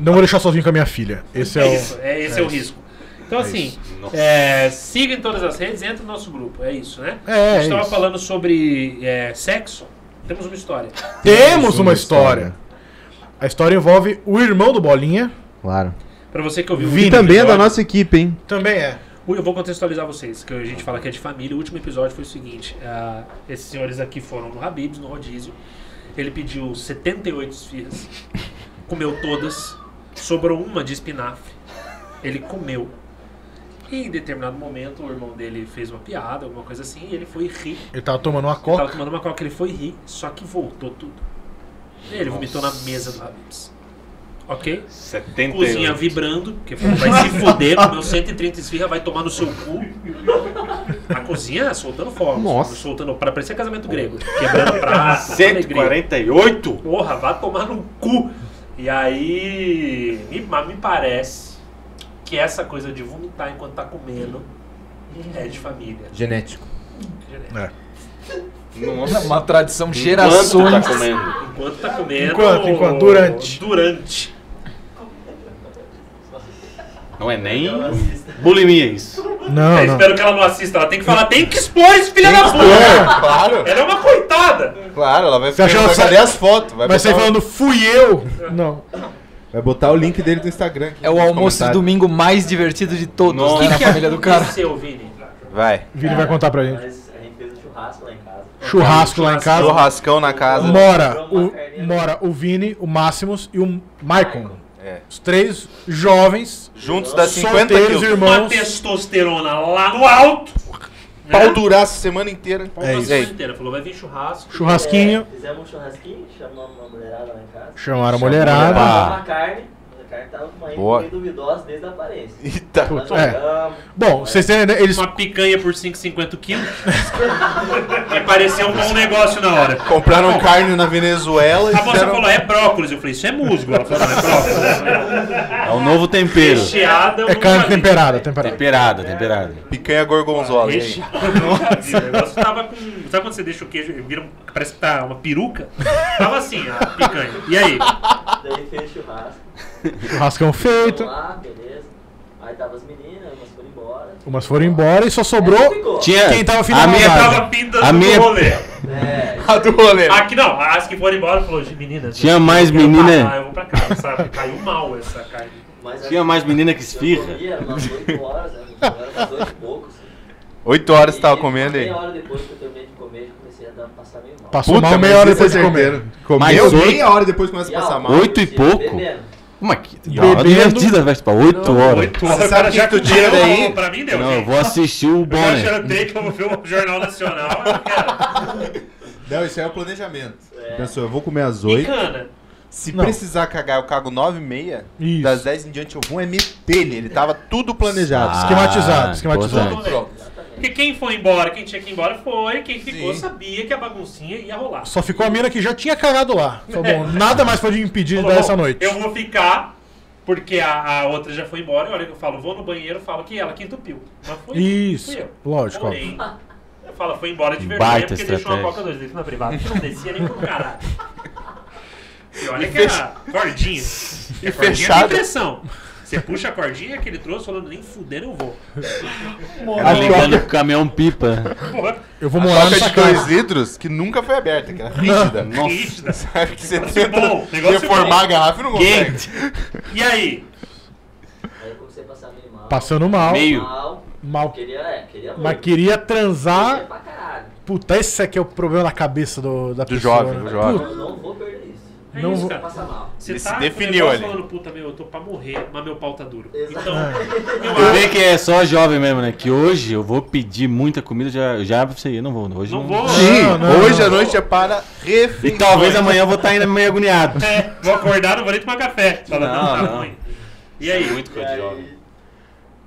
Speaker 1: Não vou deixar sozinho com a minha filha. Esse é
Speaker 2: É
Speaker 1: o.
Speaker 2: isso, é, esse é, o risco. Então, assim,
Speaker 3: Nossa.
Speaker 2: é, siga em todas as redes, entra no nosso grupo. É isso, né?
Speaker 1: É,
Speaker 2: a
Speaker 1: é
Speaker 2: gente tava
Speaker 1: isso.
Speaker 2: falando sobre é, sexo. Temos uma história.
Speaker 1: Temos uma história. A história envolve o irmão do Bolinha.
Speaker 7: Claro.
Speaker 2: Pra você que ouviu o
Speaker 7: E
Speaker 2: último
Speaker 7: também é da
Speaker 2: episódio-
Speaker 7: nossa equipe, hein?
Speaker 1: Também é.
Speaker 2: Ui, Eu vou contextualizar vocês, que a gente fala que é de família. O último episódio foi o seguinte: ah, esses senhores aqui foram no Habib's, no rodízio. Ele pediu 78 esfirras, comeu todas, sobrou uma de espinafre. Ele comeu. E em determinado momento, o irmão dele fez uma piada, alguma coisa assim, e ele foi rir.
Speaker 1: Ele tava tomando uma
Speaker 2: Ele tava
Speaker 1: coca.
Speaker 2: tomando uma coca, ele foi rir, só que voltou tudo. Ele vomitou na mesa do Habib's. Ok?
Speaker 3: 78.
Speaker 2: cozinha vibrando, porque falou, vai se foder, comeu 130 esfirra, vai tomar no seu cu. A cozinha soltando fogos,
Speaker 7: Nossa.
Speaker 2: soltando para parecer casamento grego, quebrando prato, alegria.
Speaker 3: 148?
Speaker 2: Porra, vai tomar no cu. E aí, me, mas me parece que essa coisa de vomitar enquanto tá comendo é de família.
Speaker 7: Genético.
Speaker 3: Nossa.
Speaker 4: Uma tradição
Speaker 3: Enquanto
Speaker 4: gerações.
Speaker 3: tá comendo.
Speaker 2: Enquanto tá comendo.
Speaker 1: Enquanto, enquanto, durante.
Speaker 2: Durante.
Speaker 3: Não é nem bulimia isso.
Speaker 1: Não,
Speaker 2: É,
Speaker 1: não.
Speaker 2: espero que ela não assista. Ela tem que falar, tem que expor esse filho da puta.
Speaker 1: É,
Speaker 5: Claro,
Speaker 2: Ela é uma coitada.
Speaker 5: claro, ela vai
Speaker 1: Você achou
Speaker 5: vai
Speaker 1: que-
Speaker 5: cadê as fotos.
Speaker 1: Vai sair falando, fui eu! Não.
Speaker 7: Vai botar o link dele no Instagram. aqui
Speaker 4: É o
Speaker 7: nos
Speaker 4: almoço de
Speaker 7: comentários.
Speaker 4: domingo mais divertido de todos,
Speaker 3: Nossa.
Speaker 4: né, na família do cara.
Speaker 2: Seu, Vini.
Speaker 5: Vai.
Speaker 1: Vini vai contar pra gente.
Speaker 6: Mas a gente fez um churrasco lá em casa.
Speaker 1: Churrasco lá em casa.
Speaker 5: Churrascão na casa.
Speaker 1: Mora o, mora o Vini, o Máximos e o Maicon.
Speaker 5: É.
Speaker 1: Os três jovens,
Speaker 5: Juntos dá 50
Speaker 1: solteiros,
Speaker 5: quilos.
Speaker 2: Uma
Speaker 1: irmãos.
Speaker 2: testosterona lá no alto.
Speaker 5: Pau duraço a semana inteira.
Speaker 2: Pau
Speaker 1: É
Speaker 2: pra
Speaker 1: isso.
Speaker 2: semana inteira. Falou, vai vir churrasco.
Speaker 1: Churrasquinho.
Speaker 6: É, fizemos um churrasquinho, chamamos uma mulherada lá em casa.
Speaker 1: Chamaram a
Speaker 5: mulherada.
Speaker 1: mulherada.
Speaker 5: Ah.
Speaker 6: Uma carne. A carne tava com uma
Speaker 5: Boa.
Speaker 6: índice meio duvidosa desde a aparência.
Speaker 5: Eita.
Speaker 1: Putz,
Speaker 6: Nós
Speaker 1: é.
Speaker 6: jogamos,
Speaker 1: Bom, vocês têm, né, eles
Speaker 2: Uma picanha por 5,50 quilos. Me pareceu um bom negócio na hora.
Speaker 5: Compraram carne na Venezuela e
Speaker 2: A moça
Speaker 5: fizeram...
Speaker 2: falou, é brócolis. Eu falei, isso é musgo. Ela falou, não, é brócolis.
Speaker 3: É o novo tempero.
Speaker 2: Recheada. eu
Speaker 1: é
Speaker 2: nunca
Speaker 1: carne
Speaker 2: vi.
Speaker 1: temperada, temperada.
Speaker 3: Temperada, temperada.
Speaker 5: Picanha gorgonzola. e aí?
Speaker 2: Recheada. eu nunca vi. O negócio tava com... Sabe quando você deixa o queijo, vira um- parece que tá uma peruca? Tava assim, a picanha. E aí?
Speaker 6: Daí fez churrasco.
Speaker 1: Churrascão feito.
Speaker 6: Vamos lá, beleza. Aí tava as meninas, umas foram embora. É,
Speaker 1: Umas foram embora e só sobrou.
Speaker 6: Ficou.
Speaker 3: Tinha.
Speaker 1: Quem tava
Speaker 3: a
Speaker 1: finalizando?
Speaker 3: minha
Speaker 2: Tava pintando
Speaker 3: A
Speaker 2: no
Speaker 3: minha-
Speaker 2: rolê.
Speaker 6: É,
Speaker 5: A do rolê.
Speaker 2: Aqui não, as que foram embora falou, meninas.
Speaker 3: Tinha
Speaker 2: eu
Speaker 3: mais
Speaker 2: quero
Speaker 3: menina?
Speaker 2: parar, Eu vou pra casa, sabe? Caiu mal essa carne.
Speaker 6: mas assim,
Speaker 3: Tinha mais menina que esfirra.
Speaker 6: Era umas 8 horas, né? Era umas 8 e poucos.
Speaker 5: 8 horas você
Speaker 6: E
Speaker 5: tava comendo aí.
Speaker 6: Meia hora depois que eu terminei de comer, já comecei a dar, passar meio mal.
Speaker 1: Passou
Speaker 5: Puta,
Speaker 1: mal meia
Speaker 5: mas
Speaker 1: hora
Speaker 5: isso é
Speaker 1: depois de comer.
Speaker 5: certeiro.
Speaker 3: Mas
Speaker 7: Comeu
Speaker 3: oito-
Speaker 7: meia hora depois começa a
Speaker 6: E, ó,
Speaker 7: passar mal.
Speaker 3: Oito- e pouco?
Speaker 6: Bebendo.
Speaker 3: Tá Uma que
Speaker 1: Bebendo.
Speaker 3: Ó, divertida, velho. Tipo, 8 horas.
Speaker 2: Oito horas,
Speaker 5: Sabe
Speaker 2: o cara já
Speaker 5: que tu
Speaker 2: comeu,
Speaker 5: tira daí?
Speaker 2: Pra mim deu,
Speaker 3: Não, eu
Speaker 2: gente.
Speaker 3: vou assistir o
Speaker 2: Eu já
Speaker 3: Bonner.
Speaker 2: jantei que eu vou ver o Jornal Nacional. eu não quero.
Speaker 7: Não, isso aí é o planejamento.
Speaker 6: É.
Speaker 7: Pensou, eu vou comer às
Speaker 2: E
Speaker 7: 8.
Speaker 2: cana.
Speaker 5: Se
Speaker 1: Não.
Speaker 5: precisar cagar, eu cago 9 e meia.
Speaker 1: Isso.
Speaker 5: Das 10 em diante eu vou é meter ele. Ele tava tudo planejado.
Speaker 1: Esquematizado,
Speaker 3: Ah,
Speaker 1: esquematizado.
Speaker 3: importante.
Speaker 5: Pronto.
Speaker 2: Porque quem foi embora, quem tinha que ir embora foi, quem ficou
Speaker 5: Sim.
Speaker 2: sabia que a baguncinha ia rolar.
Speaker 1: Só ficou a mina que já tinha cagado lá. Falou, bom, nada mais pode me impedir de dar
Speaker 2: Falou,
Speaker 1: essa noite.
Speaker 2: Eu vou ficar, porque a, a outra já foi embora. E olha que eu falo, vou no banheiro, falo que ela que entupiu. Mas foi
Speaker 1: Isso,
Speaker 2: fui eu.
Speaker 1: lógico,
Speaker 2: Porém, fala, foi embora de vergonha
Speaker 3: Baita
Speaker 2: porque deixou uma
Speaker 3: estratégia.
Speaker 2: coca dois litros na privada. que Não descia nem pro caralho. E olha que era cordinha. E a cordinha tem
Speaker 5: fechado.
Speaker 2: pressão. Você puxa a cordinha que ele trouxe falando, nem fudendo eu vou.
Speaker 3: Tá ligando pro caminhão pipa.
Speaker 2: Porra,
Speaker 1: Eu vou morar
Speaker 5: Toca
Speaker 1: nessa
Speaker 5: de
Speaker 1: casa.
Speaker 5: 2 litros que nunca foi aberta, que era rígida.
Speaker 2: rígida.
Speaker 5: Sabe que você
Speaker 2: Negócio
Speaker 5: tenta
Speaker 2: bom, negócio
Speaker 5: reformar
Speaker 2: bom.
Speaker 5: a garrafa e não consegue.
Speaker 3: Quente.
Speaker 2: E aí?
Speaker 6: Aí eu comecei a passar meio mal.
Speaker 1: Passando mal,
Speaker 3: Meio.
Speaker 6: Mal.
Speaker 1: mal.
Speaker 6: Queria, é, queria muito.
Speaker 1: Mas queria
Speaker 6: Queria
Speaker 1: transar.
Speaker 6: pra caralho.
Speaker 1: Puta, esse aqui é o problema na cabeça do, da
Speaker 5: Do
Speaker 1: pessoa.
Speaker 5: jovem,
Speaker 1: né?
Speaker 5: do jovem.
Speaker 1: Puta,
Speaker 6: Eu não vou perder isso.
Speaker 2: É
Speaker 1: Não
Speaker 2: isso,
Speaker 1: vou-
Speaker 2: cara.
Speaker 6: Passa mal.
Speaker 2: Você
Speaker 5: Ele se
Speaker 2: tá com o
Speaker 5: definiu
Speaker 2: negócio
Speaker 5: ali.
Speaker 2: falando, puta, meu, eu tô pra morrer, mas meu pau tá duro.
Speaker 6: Exato.
Speaker 2: Então,
Speaker 3: Tu
Speaker 2: eu
Speaker 3: vê
Speaker 2: acho.
Speaker 3: que é só jovem mesmo, né? Que hoje eu vou pedir muita comida, já, já pra você ir. Não vou, hoje não.
Speaker 2: Não vou.
Speaker 5: Sim,
Speaker 1: Não, não,
Speaker 5: hoje
Speaker 1: não.
Speaker 5: a noite é para refeições.
Speaker 3: E talvez amanhã eu vou estar ainda meio agoniado.
Speaker 2: É, vou acordar, não vou nem tomar café. Fala, não,
Speaker 3: Não,
Speaker 2: tá
Speaker 3: não.
Speaker 2: ruim. E aí?
Speaker 6: E aí,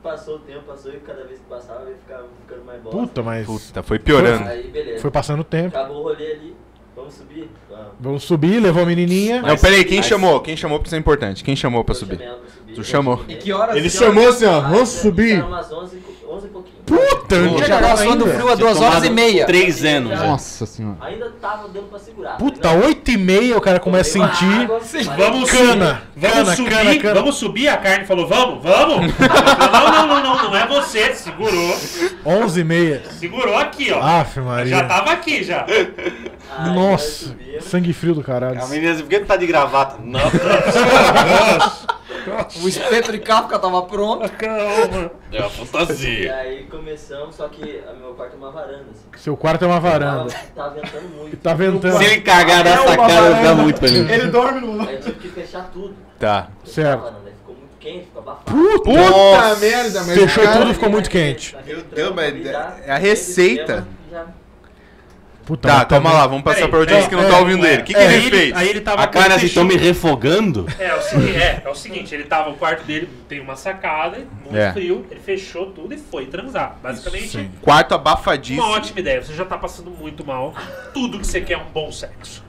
Speaker 6: passou o tempo, passou e cada vez que passava eu ficava ficando mais bosta.
Speaker 1: Puta, mas
Speaker 5: Puta, foi piorando.
Speaker 6: Aí beleza.
Speaker 1: foi passando o tempo.
Speaker 6: Acabou o rolê ali. Vamos vamos subir? Vamos.
Speaker 1: Vamos subir, levou a menininha.
Speaker 5: Não, peraí, quem chamou? Quem chamou? Porque isso é importante. Quem chamou pra
Speaker 6: Eu
Speaker 5: subir?
Speaker 6: chamei ela pra subir,
Speaker 5: Tu
Speaker 6: eu
Speaker 5: chamou.
Speaker 6: chamei.
Speaker 4: que horas?
Speaker 7: Ele
Speaker 4: que
Speaker 7: chamou assim, ó,
Speaker 6: Ah,
Speaker 7: vamos
Speaker 6: era-
Speaker 7: subir.
Speaker 6: Era umas 11, e co- 11 e pouquinho.
Speaker 1: Puta, não
Speaker 4: horas? Eu
Speaker 1: tinha
Speaker 4: já tava
Speaker 1: acabado
Speaker 4: suando
Speaker 1: ainda.
Speaker 4: frio há duas horas e meia.
Speaker 3: Três anos já.
Speaker 5: Nossa senhora.
Speaker 6: Ainda tava dando pra segurar. tá
Speaker 1: Puta, 8 e meia o cara começa a sentir. Cana,
Speaker 2: Vamos subir, vamos
Speaker 1: cana,
Speaker 2: subir,
Speaker 1: cana, cana.
Speaker 2: vamos subir. A carne falou, vamos, vamos. não, não, não, não, não é você. Segurou,
Speaker 1: 11 e meia.
Speaker 2: segurou aqui, ó.
Speaker 1: Aff,
Speaker 2: já
Speaker 1: Ah,
Speaker 2: tá.
Speaker 1: Maria.
Speaker 2: tava aqui, já.
Speaker 1: Nossa, sangue frio do caralho.
Speaker 3: A menina disse, por que tu tá de gravata? Não.
Speaker 4: O espeto de Kafka tava pronto.
Speaker 2: Calma.
Speaker 3: É uma
Speaker 6: E
Speaker 3: fantasia.
Speaker 6: aí começamos, só que a meu quarto é uma varanda. Assim.
Speaker 1: Seu quarto é uma varanda.
Speaker 6: Tava, tava ventando muito.
Speaker 1: Tá ventando.
Speaker 3: Se ele cagar nessa cara, dá muito pra mim.
Speaker 5: Ele dorme no.
Speaker 6: Aí eu tive que fechar tudo.
Speaker 5: Tá.
Speaker 6: Fechar a
Speaker 1: Certo.
Speaker 6: varanda, aí Ficou muito quente, ficou abafado.
Speaker 1: Puta!
Speaker 5: Puta merda, mas.
Speaker 1: Fechou
Speaker 5: cara-
Speaker 1: tudo, ficou muito quente.
Speaker 6: Aquele
Speaker 5: Meu Deus,
Speaker 6: trampo
Speaker 5: mas
Speaker 6: ali
Speaker 5: é-
Speaker 6: já-
Speaker 5: é a receita.
Speaker 6: aquele esquema,
Speaker 1: Puta,
Speaker 5: Tá,
Speaker 1: mas
Speaker 5: calma
Speaker 1: também-
Speaker 5: lá, vamos passar
Speaker 2: Peraí,
Speaker 5: pra audiência que não
Speaker 1: é,
Speaker 5: tá
Speaker 1: é,
Speaker 5: ouvindo ele. O que, que
Speaker 2: Aí
Speaker 5: ele fez?
Speaker 2: Aí ele tava
Speaker 3: A cara assim,
Speaker 2: fechou-
Speaker 3: tão me refogando.
Speaker 2: É, o seguinte, é, é o seguinte, ele tava, o quarto dele tem uma sacada, muito
Speaker 5: É.
Speaker 2: frio, ele fechou tudo e foi transar. Basicamente,
Speaker 5: Quarto
Speaker 2: uma
Speaker 5: abafadíssimo.
Speaker 2: ótima ideia, você já tá passando muito mal, tudo que você quer é um bom sexo,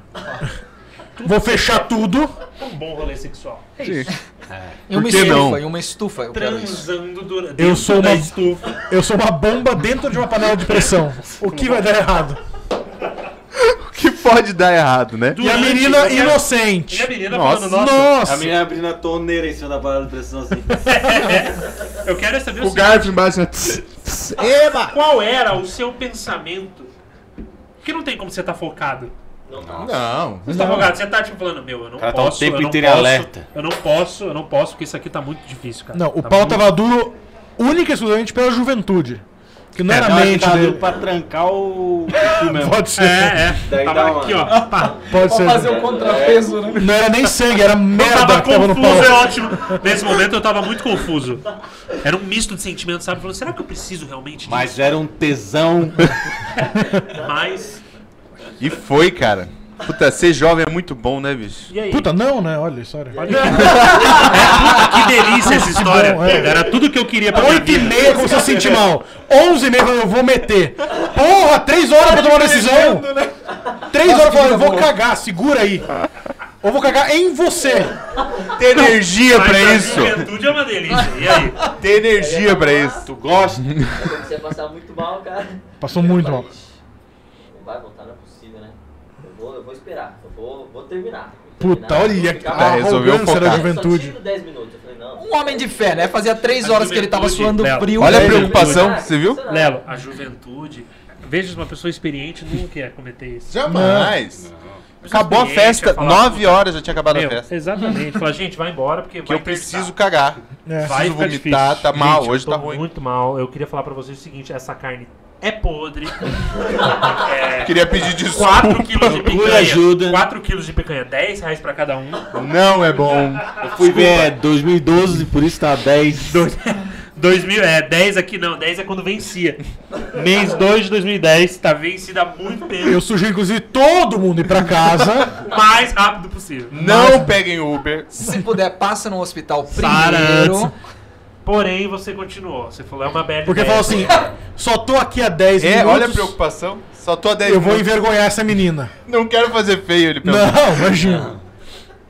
Speaker 1: Vou fechar tudo.
Speaker 2: um bom rolê sexual. É
Speaker 5: Sim.
Speaker 2: isso,
Speaker 4: Em uma
Speaker 5: que
Speaker 4: estufa,
Speaker 5: não?
Speaker 4: em uma estufa. Eu quero isso.
Speaker 2: transando durante
Speaker 1: Eu sou
Speaker 2: da
Speaker 1: uma-
Speaker 2: estufa.
Speaker 1: Eu sou uma bomba dentro de uma panela de pressão. O que vai dar errado?
Speaker 5: O que pode dar errado, né?
Speaker 1: E a
Speaker 2: Durante,
Speaker 1: menina
Speaker 2: e a- E a
Speaker 1: inocente.
Speaker 2: menina
Speaker 5: Nossa,
Speaker 2: falando, nossa,
Speaker 1: Nossa!
Speaker 3: menina abrindo a torneira em cima da parada de pressão assim.
Speaker 2: eu quero é saber o
Speaker 5: O
Speaker 2: seguinte,
Speaker 5: garfo embaixo. né? Tss, tss, Eba!
Speaker 2: qual era o seu pensamento? Porque não tem como você tá focado.
Speaker 6: Não, não.
Speaker 5: Não.
Speaker 2: Você tá focado, você tá tipo falando, meu, eu não
Speaker 3: O cara tá o
Speaker 2: posso,
Speaker 3: tempo
Speaker 2: eu não
Speaker 3: inteiro em
Speaker 2: posso,
Speaker 3: alerta.
Speaker 2: eu não posso, eu não posso, porque isso aqui tá muito difícil, cara.
Speaker 1: Não, o
Speaker 2: Tá
Speaker 1: pau
Speaker 2: muito-
Speaker 1: tava duro única e exclusivamente pela juventude. Que não era a
Speaker 3: Ela
Speaker 1: mente
Speaker 3: tá
Speaker 1: dele.
Speaker 3: pra trancar o cu mesmo.
Speaker 1: Pode ser,
Speaker 2: É, é.
Speaker 3: Daí
Speaker 2: Tava
Speaker 3: dá uma-
Speaker 2: aqui,
Speaker 1: Ah,
Speaker 2: ó. Pá.
Speaker 1: pode ser.
Speaker 4: o contrapeso, né?
Speaker 1: Não era nem sangue, era
Speaker 2: Eu
Speaker 1: merda
Speaker 2: tava
Speaker 1: que tava no
Speaker 2: confuso, é
Speaker 1: pau.
Speaker 2: ótimo. Nesse momento eu tava muito confuso. Era um misto de sentimentos, sabe? Falando, será que eu preciso realmente disso?
Speaker 3: Mas era um tesão.
Speaker 2: Mas-
Speaker 5: E foi, cara. Puta, ser jovem é muito bom, né, bicho?
Speaker 2: E aí?
Speaker 1: Puta, não, né? Olha, história.
Speaker 2: que delícia essa história.
Speaker 1: bom, é.
Speaker 2: Era tudo que eu queria pra minha
Speaker 1: Oito e
Speaker 2: vida.
Speaker 1: meia como se eu senti mal. Onze e meia eu vou meter. Porra, três horas pra tomar uma
Speaker 5: Tá
Speaker 1: decisão.
Speaker 5: né?
Speaker 1: Três horas pra eu vou cagar, segura aí. Ou vou cagar em você.
Speaker 5: Ter energia
Speaker 2: Mas
Speaker 5: pra
Speaker 2: a
Speaker 5: isso!
Speaker 2: juventude é uma delícia. E aí?
Speaker 5: Ter energia pra isso!
Speaker 3: Tu gosta?
Speaker 6: Eu comecei a passar muito mal, cara.
Speaker 1: Passou muito
Speaker 6: Eu
Speaker 1: mal.
Speaker 6: falei, "Ixi, Não vai voltar, não é possível, né? Eu vou, eu vou esperar, eu vou, vou terminar. Vou
Speaker 1: Puta,
Speaker 6: terminar,
Speaker 1: olha
Speaker 6: vou
Speaker 1: que
Speaker 6: ficar
Speaker 5: Tá,
Speaker 1: a
Speaker 6: mal.
Speaker 5: resolveu
Speaker 1: arrogância da
Speaker 5: focar.
Speaker 1: juventude.
Speaker 6: Só tiro 10 minutos. Eu falei, não.
Speaker 4: Um homem de fé, né? Fazia três horas que ele tava suando
Speaker 2: Léo.
Speaker 4: frio.
Speaker 5: Olha a
Speaker 4: né?
Speaker 5: preocupação,
Speaker 6: Caraca,
Speaker 5: é você viu?
Speaker 6: será?
Speaker 2: Lelo, a juventude. Veja uma pessoa experiente nunca ia cometer isso.
Speaker 5: Jamais! Acabou a
Speaker 2: Experiente, ia
Speaker 5: festa,
Speaker 2: falar,
Speaker 5: 9
Speaker 2: puta,
Speaker 5: horas já tinha acabado a
Speaker 2: Meu,
Speaker 5: festa.
Speaker 2: exatamente. Fala, gente, vai embora porque
Speaker 5: Que
Speaker 2: vai
Speaker 5: eu preciso
Speaker 2: interditar.
Speaker 5: cagar.
Speaker 1: É.
Speaker 2: Vai ficar
Speaker 5: preciso vomitar,
Speaker 2: difícil.
Speaker 5: tá mal,
Speaker 2: Gente,
Speaker 5: hoje
Speaker 2: eu
Speaker 5: tá
Speaker 2: tô
Speaker 5: ruim.
Speaker 2: muito mal. Eu queria falar pra vocês o seguinte, essa carne é podre.
Speaker 5: Queria pedir desculpa.
Speaker 2: 4 quilos de
Speaker 3: Procura
Speaker 2: picanha.
Speaker 3: ajuda.
Speaker 2: 4 quilos de picanha, 10 reais pra cada um.
Speaker 5: Não é bom.
Speaker 3: Eu fui ver é, 2012, por isso tá 10.
Speaker 2: 2 mil, é, 10 aqui não, 10 é quando vencia. Mês 2 de 2010, tá vencida há muito tempo.
Speaker 1: Eu sugiro, inclusive, todo mundo ir pra casa.
Speaker 2: O mais rápido possível.
Speaker 5: Não peguem Uber.
Speaker 4: Se puder, passa no hospital
Speaker 2: Sara
Speaker 4: primeiro.
Speaker 2: Porém, você continuou. Você falou, é uma merda.
Speaker 1: Porque
Speaker 2: ideia.
Speaker 1: falou assim: só tô aqui há 10
Speaker 5: É,
Speaker 1: minutos.
Speaker 5: olha a preocupação. Só tô a 10
Speaker 1: Eu vou
Speaker 5: minutos.
Speaker 1: envergonhar essa menina.
Speaker 5: Não quero fazer feio ele, pelo
Speaker 1: Não, imagina.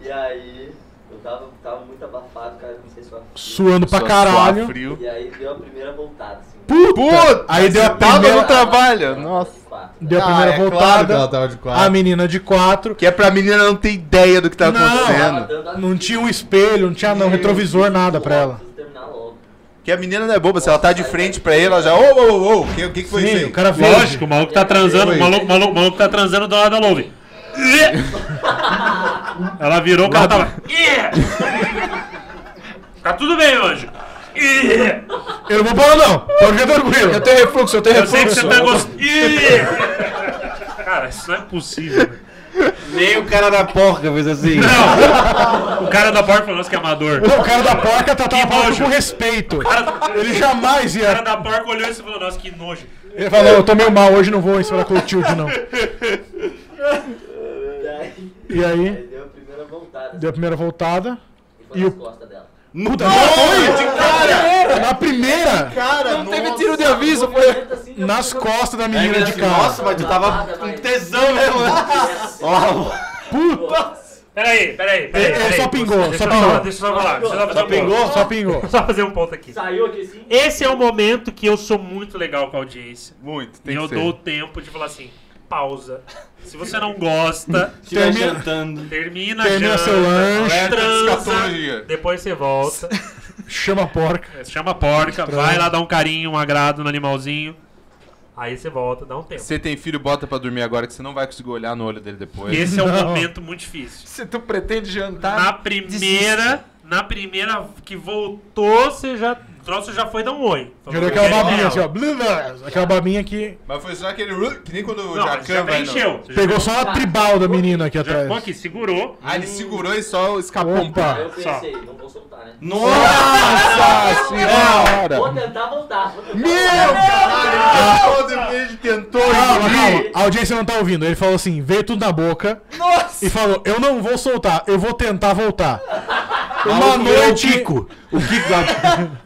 Speaker 6: E aí, eu tava, tava muito abafado, cara, comecei a suar frio.
Speaker 1: Suando pra
Speaker 5: Só suar
Speaker 1: caralho.
Speaker 5: frio.
Speaker 6: E aí deu a primeira voltada, assim.
Speaker 5: Puta! tá-
Speaker 1: Aí deu a
Speaker 5: você tava
Speaker 1: primeira-
Speaker 5: no trabalho. Nossa.
Speaker 6: De quatro.
Speaker 1: Deu a
Speaker 5: Ah,
Speaker 1: primeira
Speaker 5: é claro que
Speaker 1: voltada.
Speaker 5: ela tava de quatro.
Speaker 1: a menina de 4.
Speaker 5: Que é pra menina não ter ideia do que
Speaker 1: Não.
Speaker 5: tá
Speaker 6: Tava
Speaker 5: acontecendo.
Speaker 6: dando a-
Speaker 1: Não tinha um espelho, não tinha não, retrovisor, nada pra ela.
Speaker 6: Preciso terminar logo.
Speaker 5: Que a menina não é boba. Se ela tá de frente pra ele, ela já. Ô, ô, ô, ô, o que o que que foi isso
Speaker 1: Sim,
Speaker 5: aí?
Speaker 1: o cara veio.
Speaker 2: Lógico, o maluco tá transando, o maluco, o maluco, o maluco tá transando do lado da louve. Ela virou, o cara tava. Tá tudo bem hoje.
Speaker 1: Eu não vou pra ela, não. Pode ficar tranquilo.
Speaker 4: Eu tenho refluxo, eu tenho
Speaker 2: Eu sei que você
Speaker 4: refluxo.
Speaker 2: tá gostando. Cara, isso não é possível. velho.
Speaker 3: Nem o cara da porca fez assim.
Speaker 2: Não! O cara da porta falou nossa, que amador.
Speaker 1: Não, o cara da porca tratava a
Speaker 2: Que
Speaker 1: porca
Speaker 2: nojo.
Speaker 1: com respeito.
Speaker 2: cara-
Speaker 1: Ele jamais
Speaker 2: O cara
Speaker 1: ia.
Speaker 2: da porca olhou isso e falou, nossa, que nojo.
Speaker 1: Ele falou, eu tô meio mal, hoje não vou ensinar Clotilde, não.
Speaker 6: E aí,
Speaker 1: E aí,
Speaker 6: aí deu a primeira voltada.
Speaker 1: deu a primeira voltada.
Speaker 6: E foi
Speaker 1: E
Speaker 6: nas
Speaker 1: o-
Speaker 6: costas dela.
Speaker 1: Puta, já foi? Cara, na primeira,
Speaker 5: Cara,
Speaker 4: Não teve tiro de aviso, foi.
Speaker 6: assim,
Speaker 1: nas costas da
Speaker 3: Aí,
Speaker 1: menina de
Speaker 3: assim,
Speaker 1: casa.
Speaker 3: Nossa, mas tu tava com tesão mesmo, né? Ó,
Speaker 2: Peraí, peraí, peraí.
Speaker 1: É, é,
Speaker 2: peraí.
Speaker 1: só pingou,
Speaker 2: Deixa
Speaker 1: só
Speaker 2: eu
Speaker 1: pingou.
Speaker 2: falar, Deixa eu só falar. Deixa eu fazer
Speaker 1: Só
Speaker 2: um
Speaker 1: pingou,
Speaker 2: ponto.
Speaker 1: só pingou.
Speaker 2: Só fazer um ponto aqui.
Speaker 6: Saiu aqui assim, sim.
Speaker 2: Esse é o momento que eu sou muito legal com a audiência.
Speaker 5: Muito,
Speaker 2: e
Speaker 5: tem
Speaker 2: eu
Speaker 5: que ser.
Speaker 2: dou o tempo de falar assim, pausa. Se você não gosta,
Speaker 3: estiver
Speaker 1: Termina-
Speaker 3: jantando.
Speaker 2: termina,
Speaker 1: Termina
Speaker 2: a
Speaker 1: seu
Speaker 2: janta,
Speaker 1: lanche.
Speaker 5: Alerta
Speaker 2: transa,
Speaker 5: escatologia.
Speaker 2: depois você volta,
Speaker 1: Chama a porca.
Speaker 2: É, chama a porca, vai lá dar um carinho, um agrado no animalzinho. Aí você volta, dá um tempo.
Speaker 5: Você tem filho, bota pra dormir agora que você não vai conseguir olhar no olho dele depois.
Speaker 2: Esse é um
Speaker 1: Não.
Speaker 2: momento muito difícil.
Speaker 5: Se tu pretende jantar.
Speaker 4: Tá
Speaker 2: Na primeira, na primeira que voltou, você já, o troço já foi dar um oi.
Speaker 1: Jogou aquela babinha assim, ó. Blu, blu, Aquela babinha que
Speaker 5: Mas foi só aquele. uh, Que nem quando o
Speaker 2: Não, mas já
Speaker 5: Jacan vai. no-
Speaker 2: preencheu. Você
Speaker 1: pegou só a tribal da menina aqui
Speaker 2: Já
Speaker 1: atrás.
Speaker 2: ficou aqui, segurou.
Speaker 5: Ah, ele segurou e só escapou um pouco.
Speaker 6: Aí
Speaker 1: Opa.
Speaker 6: eu pensei, não vou soltar, né?
Speaker 5: Nossa senhora!
Speaker 6: Vou tentar voltar. Vou tentar
Speaker 5: Meu caralho! Todo ele tentou
Speaker 1: Calma, calma.
Speaker 5: engolir.
Speaker 1: A audiência não tá ouvindo. Ele falou assim, veio tudo na boca
Speaker 4: Nossa!
Speaker 1: e falou, eu não vou soltar, eu vou tentar voltar. Uma
Speaker 3: Maluco virou o
Speaker 1: noite...
Speaker 3: Kiko. O Kiko.
Speaker 2: O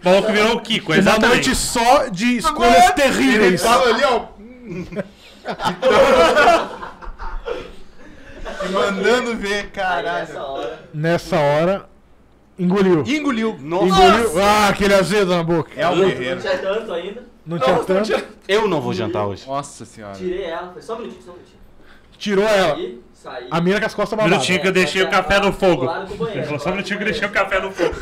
Speaker 2: maluco virou o Kiko,
Speaker 1: Uma
Speaker 2: exatamente.
Speaker 1: noite só de escolhas
Speaker 5: Ele
Speaker 1: terríveis.
Speaker 5: tava ali, ó. E mandando ver,
Speaker 6: Aí nessa
Speaker 5: caralho.
Speaker 6: hora.
Speaker 1: Nessa hora, engoliu.
Speaker 5: Engoliu.
Speaker 1: Engoliu. Ah, aquele azedo na boca.
Speaker 5: É o
Speaker 6: Não
Speaker 5: guerreiro.
Speaker 6: tinha tanto ainda.
Speaker 1: Não tinha tanto.
Speaker 3: Eu não vou jantar hoje.
Speaker 5: Nossa senhora.
Speaker 6: Tirei ela. Falei, só um minutinho, só um minutinho.
Speaker 1: Tirou ela.
Speaker 6: Aí, saí. É,
Speaker 1: A mina com as costas
Speaker 2: Um
Speaker 1: babadas.
Speaker 2: minutinho que eu deixei o café no fogo.
Speaker 6: Colaram com o banheiro.
Speaker 2: Ele falou só um minutinho que eu deixei o café no fogo.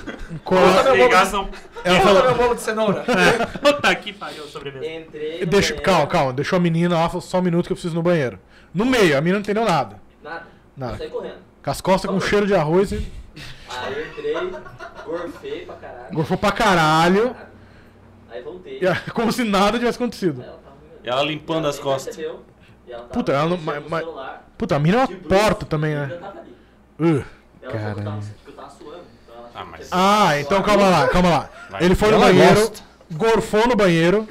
Speaker 1: Cola-
Speaker 2: Vocês gastam-
Speaker 1: Ela
Speaker 4: Fala meu
Speaker 1: falou...
Speaker 4: bolo de cenoura.
Speaker 5: É.
Speaker 2: Puta que pariu, sobremesa.
Speaker 6: Entrei. no
Speaker 1: Deixa,
Speaker 6: banheiro,
Speaker 1: calma, calma. Deixou a menina lá, falou só um minuto que eu preciso ir no banheiro. No meio, a menina não entendeu nada.
Speaker 6: Nada.
Speaker 1: Nada.
Speaker 6: Saí correndo.
Speaker 1: Com as costas com um cheiro de arroz e
Speaker 6: Aí eu entrei, gorfei pra caralho.
Speaker 1: gorfou pra caralho.
Speaker 6: Aí voltei.
Speaker 1: E é como se nada tivesse acontecido.
Speaker 6: Ela tava me
Speaker 3: E ela limpando as
Speaker 6: nem
Speaker 3: costas.
Speaker 6: percebeu, e ela tava
Speaker 1: Puta, ela não-
Speaker 6: mexendo
Speaker 1: mas-
Speaker 6: no
Speaker 1: mas-
Speaker 6: celular,
Speaker 1: Puta, a mina é
Speaker 6: de
Speaker 1: uma
Speaker 6: bruxo,
Speaker 1: porta também,
Speaker 6: e eu
Speaker 1: né?
Speaker 6: tava ali.
Speaker 1: Uh.
Speaker 6: Ela falou que eu tava-
Speaker 1: Caralho.
Speaker 6: que eu tava suando. então ela achou
Speaker 3: mas-
Speaker 6: que eu tava
Speaker 1: Ah,
Speaker 6: suando.
Speaker 1: então calma lá, calma lá. Ele foi no
Speaker 3: Ela
Speaker 1: banheiro,
Speaker 3: gosta.
Speaker 1: gorfou no banheiro,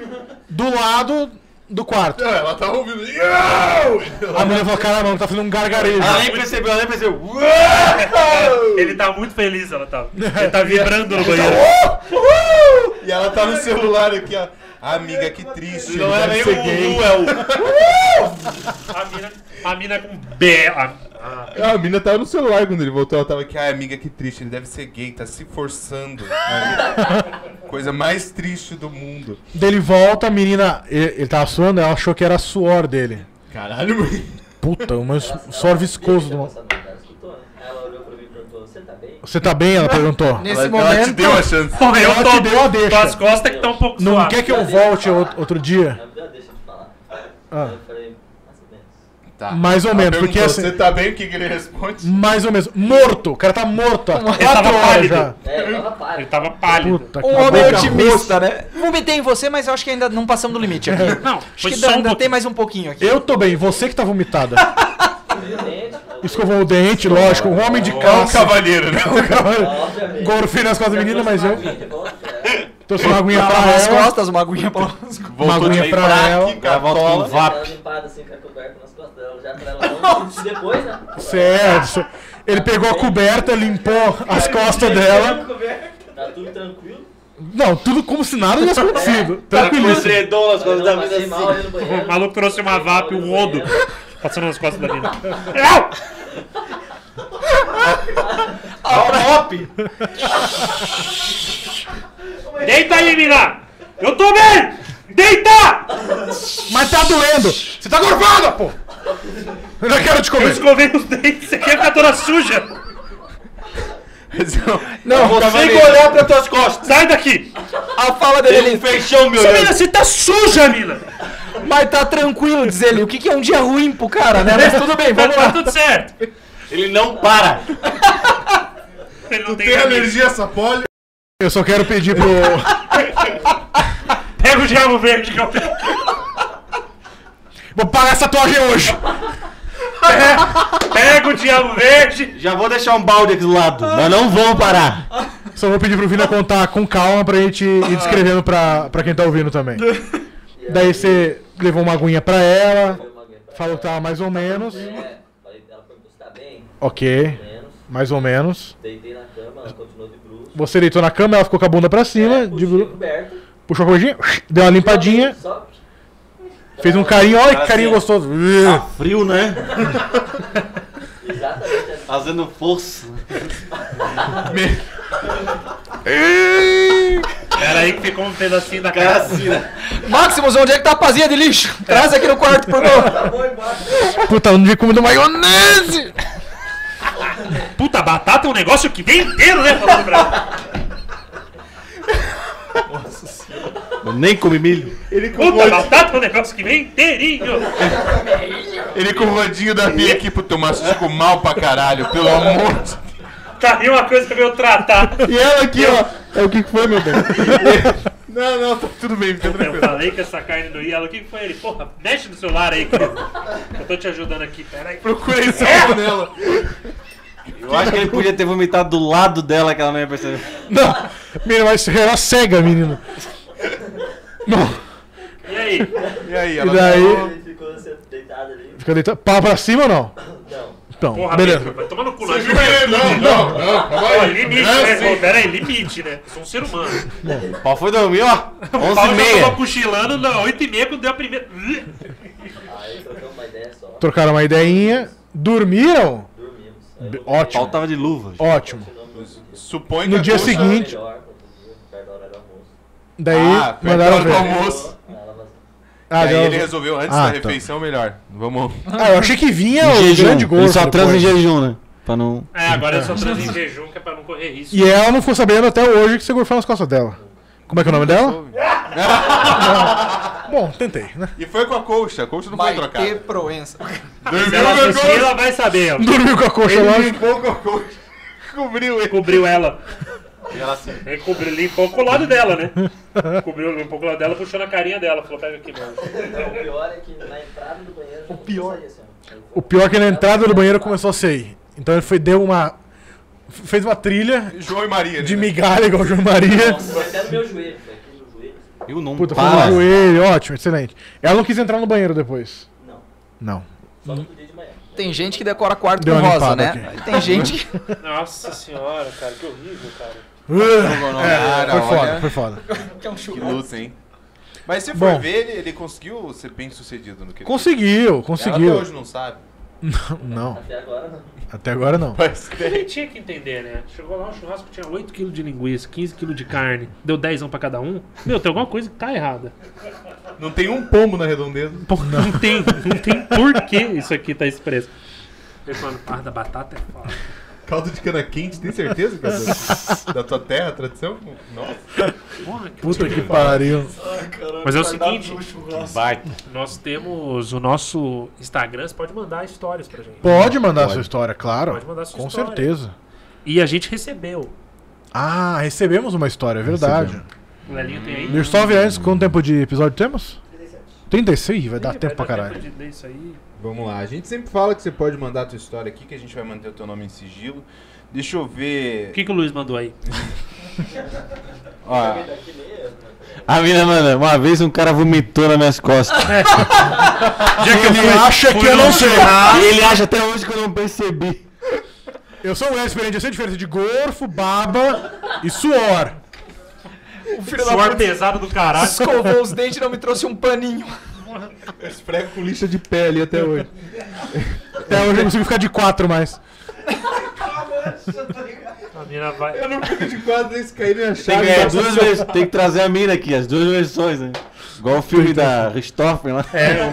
Speaker 1: do lado do quarto.
Speaker 5: Ela
Speaker 3: tá
Speaker 5: tava ouvindo. Yo!
Speaker 1: A mulher falou, caramba, ela tá fazendo um gargarejo.
Speaker 3: Ela nem percebeu, ela nem percebeu.
Speaker 2: Ele tá muito feliz, ela tá. Ele tá vibrando no banheiro.
Speaker 5: E ela tá no celular aqui, ó. Ah, Amiga, que triste.
Speaker 3: Não
Speaker 5: ele
Speaker 3: é
Speaker 5: deve
Speaker 3: nem
Speaker 5: ser
Speaker 3: o
Speaker 5: gay.
Speaker 3: Lu, é o.
Speaker 2: A mina, a mina com be... a- a-
Speaker 5: Ah, A mina tava no celular quando ele voltou, ela tava aqui, ai amiga, que triste, ele deve ser gay, tá se forçando. né?" Coisa mais triste do mundo.
Speaker 1: Daí ele volta, a menina, e- ele, tava suando, ela achou que era suor dele.
Speaker 5: Caralho, mano.
Speaker 1: Puta, um
Speaker 6: Ela- ela-
Speaker 1: suor viscoso.
Speaker 6: ela-
Speaker 1: do-
Speaker 6: ela- ela- ela escutou, né? Aí Ela olhou pra mim e perguntou, você tá bem?
Speaker 1: Você tá bem? Ela perguntou.
Speaker 4: Nesse
Speaker 5: Ela te
Speaker 4: momento.
Speaker 5: deu a chance.
Speaker 2: Porra, eu
Speaker 1: Ela
Speaker 2: tô,
Speaker 1: te deu a deixa.
Speaker 2: tô as costas que estão um pouco
Speaker 1: Não
Speaker 2: suadas.
Speaker 1: quer que eu volte out- outro dia?
Speaker 6: Ela me deu a deixa de falar.
Speaker 1: Ah.
Speaker 6: Aí Eu falei, mais ou menos.
Speaker 5: Tá.
Speaker 1: Mais ou
Speaker 5: Ela
Speaker 1: menos, porque
Speaker 5: perguntou,
Speaker 1: assim-
Speaker 5: Você tá bem? O que, que ele responde?
Speaker 1: Mais ou menos. Morto! O cara tá morto há
Speaker 2: tava
Speaker 1: quatro horas
Speaker 2: pálido.
Speaker 1: já.
Speaker 6: É, eu tava
Speaker 2: Ele
Speaker 6: pálido.
Speaker 2: tava pálido.
Speaker 1: Puta,
Speaker 4: Um
Speaker 1: com a
Speaker 4: homem
Speaker 1: boca
Speaker 4: otimista,
Speaker 1: roxa.
Speaker 4: né? Vomitei em você, mas eu acho que ainda não passamos do limite aqui.
Speaker 2: Não,
Speaker 4: Acho
Speaker 2: foi
Speaker 4: que
Speaker 2: só um
Speaker 4: ainda
Speaker 2: pouquinho.
Speaker 4: tem mais um pouquinho aqui.
Speaker 1: Eu tô bem, você que tá vomitada.
Speaker 6: Gente, eu-
Speaker 1: Escovou o dente, lógico, um homem de
Speaker 5: É um
Speaker 1: calça.
Speaker 5: cavalheiro, né?
Speaker 6: Obviamente.
Speaker 1: Gorfei nas costas da menina, mas eu
Speaker 6: Família, bom, é.
Speaker 1: trouxe uma aguinha pra
Speaker 4: As
Speaker 1: ela.
Speaker 4: costas, uma aguinha pra nós.
Speaker 1: Uma aguinha pra ela.
Speaker 3: Ela volta com um o
Speaker 6: Ela
Speaker 3: VAP.
Speaker 6: limpada assim, com a coberta nas costas dela, já pra ela não sentir depois, né?
Speaker 1: Certo. Ele pegou a coberta, limpou as costas dela.
Speaker 6: Tá tudo tranquilo.
Speaker 1: Não, tudo como se nada tivesse
Speaker 3: É. Tá
Speaker 1: acontecido. Tranquilíssimo.
Speaker 3: Edredom nas
Speaker 6: Mas
Speaker 3: costas
Speaker 6: eu
Speaker 3: da
Speaker 6: passei mal
Speaker 3: vida
Speaker 6: ali
Speaker 3: assim.
Speaker 6: no
Speaker 2: O
Speaker 6: banheiro.
Speaker 2: Um maluco trouxe uma
Speaker 6: Passei mal
Speaker 2: VAP,
Speaker 6: ali
Speaker 2: um
Speaker 6: no
Speaker 2: rodo,
Speaker 6: banheiro.
Speaker 2: passando nas costas da mina.
Speaker 3: um
Speaker 2: Deita aí, mina! Eu tô bem! Deita!
Speaker 1: Mas tá doendo! Você tá gorfada, pô! Eu não quero te
Speaker 2: Eu
Speaker 1: comer!
Speaker 2: escovei os dentes, você quer ficar toda suja?
Speaker 4: Não,
Speaker 3: Você que olhar pra tuas costas.
Speaker 2: Sai daqui!
Speaker 4: a fala dele.
Speaker 3: Ele um fechão me
Speaker 2: Essa mina,
Speaker 3: olhando.
Speaker 2: você tá suja, mina!
Speaker 4: Mas tá tranquilo, diz ele. O que, que é um dia ruim pro cara, né? Mas tudo bem,
Speaker 2: Tá,
Speaker 4: vamos
Speaker 2: tá
Speaker 4: lá.
Speaker 2: tudo certo!
Speaker 3: Ele não para.
Speaker 2: Ele não tem
Speaker 5: Tem
Speaker 2: camisa.
Speaker 5: alergia a essa polha?
Speaker 1: Eu só quero pedir pro.
Speaker 2: Pega o diabo verde que eu pego.
Speaker 1: Vou pagar essa tatuagem hoje!
Speaker 2: Pega o diabo verde!
Speaker 3: Já vou deixar um balde aqui do lado, mas não vamos parar.
Speaker 1: Só vou pedir pro Vina contar com calma pra gente ir descrevendo pra, pra quem tá ouvindo também. Daí você levou uma aguinha pra ela,
Speaker 6: Eu não aguento.
Speaker 1: falou que tava mais ou menos.
Speaker 6: É, falei, ela perguntou se tá bem,
Speaker 1: Ok,
Speaker 6: menos.
Speaker 1: mais ou menos.
Speaker 6: Deitei na cama, ela continuou de bruxo.
Speaker 1: Você deitou na cama, ela ficou com a bunda pra cima, de-
Speaker 6: puxei coberto,
Speaker 1: puxou a cordinha, deu uma limpadinha,
Speaker 6: só
Speaker 1: fez um carinho, olha que
Speaker 3: Cara,
Speaker 1: carinho
Speaker 3: assim,
Speaker 1: gostoso.
Speaker 3: Tá frio, né?
Speaker 6: exatamente assim.
Speaker 3: Fazendo força.
Speaker 2: Cara, aí que ficou um pedacinho da
Speaker 3: Cara,
Speaker 2: cara.
Speaker 3: assim, né?
Speaker 4: Maximus, onde é que tá a pazinha de lixo?
Speaker 1: É.
Speaker 4: Traz aqui no quarto pro meu.
Speaker 6: Vou embora.
Speaker 1: Puta, eu não devia comer maionese!
Speaker 2: Puta, batata é um negócio que vem inteiro, né? Falando pra...
Speaker 3: Eu nem comi milho.
Speaker 5: Ele com, o
Speaker 2: Puta,
Speaker 5: rodinho,
Speaker 2: batata é um negócio que vem inteirinho.
Speaker 5: ele com o rodinho da minha aqui pro Tomás, ficou mal pra caralho, pelo amor de Deus.
Speaker 2: Tá aí uma coisa pra eu tratar.
Speaker 5: E ela aqui, ó. É o que que foi, meu bem? não, não, tá tudo bem, fica
Speaker 2: Eu
Speaker 5: tranquilo.
Speaker 2: falei que essa carne não ia. Ela, O que que foi ele? Porra, mexe no celular aí, querido. Eu tô te ajudando aqui, peraí.
Speaker 5: Procurei salvo nela.
Speaker 3: Eu acho que ele podia ter vomitado do lado dela que ela não ia perceber.
Speaker 1: Não! Menino, mas era cega, menino. Não,
Speaker 2: E aí?
Speaker 5: E aí, ela.
Speaker 1: E daí?
Speaker 6: Ele ficou sentado deitado ali.
Speaker 1: fica deitado. Pau pra cima ou não?
Speaker 6: Não.
Speaker 1: Então,
Speaker 2: Porra,
Speaker 1: beleza.
Speaker 2: Pedro, vai tomar no cu.
Speaker 5: Você
Speaker 2: nós
Speaker 5: viu ele? Não, não, não. calma
Speaker 2: Pô,
Speaker 5: aí.
Speaker 2: limite, né?
Speaker 5: Não,
Speaker 2: Pô, pera aí, limite, né? Eu sou um ser humano.
Speaker 3: O pau foi dormir, ó.
Speaker 2: O Paulo já
Speaker 3: 11h30.
Speaker 2: tava cochilando na 8h30 quando deu a primeira.
Speaker 6: Aí trocamos uma ideia só,
Speaker 1: Trocaram uma ideinha. Dormiram?
Speaker 6: dormimos.
Speaker 1: B-
Speaker 3: O pau
Speaker 1: Ótimo,
Speaker 3: tava de luva.
Speaker 1: ótimo.
Speaker 5: Supõe que
Speaker 1: No
Speaker 5: a
Speaker 1: dia
Speaker 5: Gusta-
Speaker 1: seguinte-
Speaker 6: Melhor, outro dia, perto da hora do almoço.
Speaker 1: Daí
Speaker 5: Ah, perto da
Speaker 1: mandaram
Speaker 5: hora do
Speaker 1: ver.
Speaker 5: almoço.
Speaker 6: Ela vazou.
Speaker 1: Ah,
Speaker 5: aí
Speaker 1: deu-
Speaker 5: ele resolveu antes
Speaker 1: Ah,
Speaker 5: da
Speaker 1: tá.
Speaker 5: refeição, melhor. Vamos.
Speaker 1: ah, eu achei que vinha o grande
Speaker 3: Ele
Speaker 1: gosto.
Speaker 3: só transa em
Speaker 1: depois.
Speaker 3: jejum, né? Pra não.
Speaker 2: É, agora eu só transo em jejum que é pra não correr risco.
Speaker 1: E ela não ficou sabendo até hoje que você gorfou nas costas dela. Como é que é o nome dela? Bom, tentei, né?
Speaker 5: E foi com a colcha. A colcha não foi
Speaker 4: Maite
Speaker 5: trocada.
Speaker 4: Proença.
Speaker 2: Se
Speaker 5: Dormiu
Speaker 2: ela
Speaker 5: com a
Speaker 2: assistir,
Speaker 5: colcha.
Speaker 2: ela vai saber. ó.
Speaker 1: Dormiu com a coxa lá.
Speaker 5: Ele limpou com a colcha. Cobriu ele.
Speaker 2: Cobriu ela.
Speaker 3: E ela assim.
Speaker 2: Ele cobriu, limpou o lado dela, né? Cobriu, limpou o lado dela, puxou na carinha dela. Falou, pega aqui, mano.
Speaker 6: Não, o pior é que na entrada do banheiro. O
Speaker 1: pior.
Speaker 6: Assim, ó. Aí
Speaker 1: O pior é que na entrada do banheiro começou a sair. Então ele foi, deu uma. Fez uma trilha
Speaker 5: João e Maria. né?
Speaker 1: de migalha igual o João Maria.
Speaker 6: Foi até no meu joelho, foi aqui no joelho.
Speaker 3: Eu não
Speaker 1: Puta, foi
Speaker 3: para.
Speaker 1: no joelho, ótimo, excelente. Ela não quis entrar no banheiro depois.
Speaker 6: Não,
Speaker 1: Não.
Speaker 6: só no outro dia de manhã.
Speaker 4: Tem gente que decora quarto
Speaker 1: Deu
Speaker 4: com
Speaker 1: uma
Speaker 4: rosa,
Speaker 1: limpada
Speaker 4: né? Tem gente que.
Speaker 2: Nossa senhora, cara, que horrível, cara.
Speaker 1: É,
Speaker 5: Cara,
Speaker 1: foi foda,
Speaker 5: olha.
Speaker 1: foi foda.
Speaker 5: Que luta, hein? Mas se
Speaker 1: Bom.
Speaker 5: for ver, ele, ele conseguiu ser bem sucedido no que ele
Speaker 1: Conseguiu,
Speaker 5: fez. Ela até
Speaker 1: conseguiu.
Speaker 5: hoje não sabe.
Speaker 1: Não,
Speaker 6: Até agora não.
Speaker 1: até agora não.
Speaker 5: Mas
Speaker 2: Ele tinha que entender, né? Chegou lá um churrasco tinha 8kg de linguiça, 15kg de carne, deu 10 pra cada um. Meu, tem alguma coisa que tá errada.
Speaker 5: não tem um pombo na redondeza.
Speaker 2: Pô, não. tem, não tem por que isso aqui tá expresso. Ele falando, par da batata é foda.
Speaker 5: Caldo de cana quente, tem certeza, cara? da tua terra, tradição? Nossa.
Speaker 2: Porra, que puta que
Speaker 1: Pariu.
Speaker 2: Mas é o seguinte, nós temos o nosso Instagram, você pode mandar histórias pra gente.
Speaker 1: Pode mandar sua história, claro.
Speaker 2: Pode mandar sua
Speaker 1: Com
Speaker 2: história.
Speaker 1: certeza.
Speaker 2: E a gente recebeu.
Speaker 1: Ah, recebemos uma história, é verdade.
Speaker 2: O Lelinho tem aí.
Speaker 1: Deixa eu só ver antes quanto tempo de episódio temos? 36, vai dar
Speaker 2: Vai
Speaker 1: tempo pra
Speaker 2: de
Speaker 1: caralho.
Speaker 2: ler isso aí.
Speaker 5: Vamos lá, a gente sempre fala que você pode mandar a tua história aqui, que a gente vai manter o teu nome em sigilo. Deixa eu
Speaker 2: O
Speaker 5: ver.
Speaker 2: que, que o Luiz mandou aí?
Speaker 5: Ó,
Speaker 3: A mina, mano, uma vez um cara vomitou nas minhas costas.
Speaker 1: É. Ele acha que eu não sei.
Speaker 3: e ele acha até hoje que eu não percebi.
Speaker 1: Eu sou um experiente, eu sei a diferença de gorfo, baba e suor.
Speaker 2: Suor pesado do caralho.
Speaker 4: Escovou os dentes e não me trouxe um paninho.
Speaker 5: eu esfrego com lixa de pele até hoje.
Speaker 1: Até hoje eu não consigo ficar de quatro mais.
Speaker 2: A mina vai.
Speaker 5: Eu não fico de quadro nem se cair
Speaker 3: Tem
Speaker 5: na
Speaker 1: Tá,
Speaker 3: que,
Speaker 5: chave.
Speaker 3: é, duas vezes, tem que trazer a mina aqui, as duas versões, né? Igual o filme da Richthofen lá. É,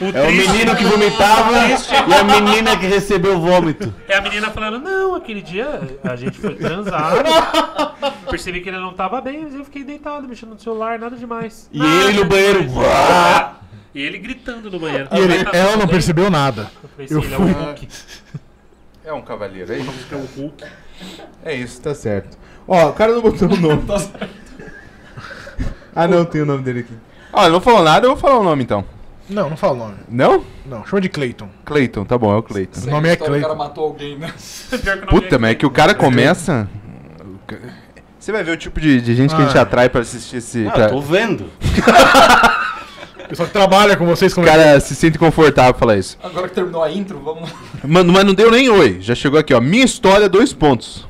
Speaker 2: O
Speaker 3: o
Speaker 2: triste
Speaker 3: menino que vomitava e a menina que recebeu o vômito.
Speaker 2: É a menina falando, não, aquele dia a gente foi transar. percebi que ele não tava bem, mas eu fiquei deitado, mexendo no celular, nada demais.
Speaker 3: E
Speaker 2: Nada
Speaker 3: ele no banheiro.
Speaker 2: demais."
Speaker 3: "Uá!"
Speaker 2: E ele gritando no banheiro.
Speaker 5: Ah,
Speaker 1: E ele-
Speaker 5: tá
Speaker 1: ela não percebeu nada.
Speaker 2: Falei,
Speaker 1: Eu
Speaker 2: "Sim, ele é
Speaker 1: fui-
Speaker 2: o Hulk.
Speaker 5: É um cavaleiro, é isso?
Speaker 2: É o Hulk.
Speaker 5: É isso, tá certo. Ó, o cara não botou o nome.
Speaker 2: Tá
Speaker 5: ah, não, tem o nome dele aqui. Ó, ele não falou nada, eu vou falar o nome então.
Speaker 1: Não, não fala o nome.
Speaker 5: Não?
Speaker 1: Não, chama de Clayton.
Speaker 5: Clayton, tá bom, é o Clayton.
Speaker 1: O nome é
Speaker 4: Então, O cara
Speaker 1: Clayton.
Speaker 4: matou alguém, né?
Speaker 5: Puta, mas é que o cara começa. Você vai ver o tipo de, de gente que a gente
Speaker 1: Ah.
Speaker 5: atrai pra assistir esse.
Speaker 3: Ah,
Speaker 5: pra-
Speaker 3: tô vendo.
Speaker 1: O pessoal que trabalha com vocês como é
Speaker 5: O cara se sente confortável pra falar isso.
Speaker 1: Ah.
Speaker 4: Agora que terminou a intro, vamos lá.
Speaker 5: Mano, mas não deu nem oi. Já chegou aqui, ó. Minha história, dois pontos.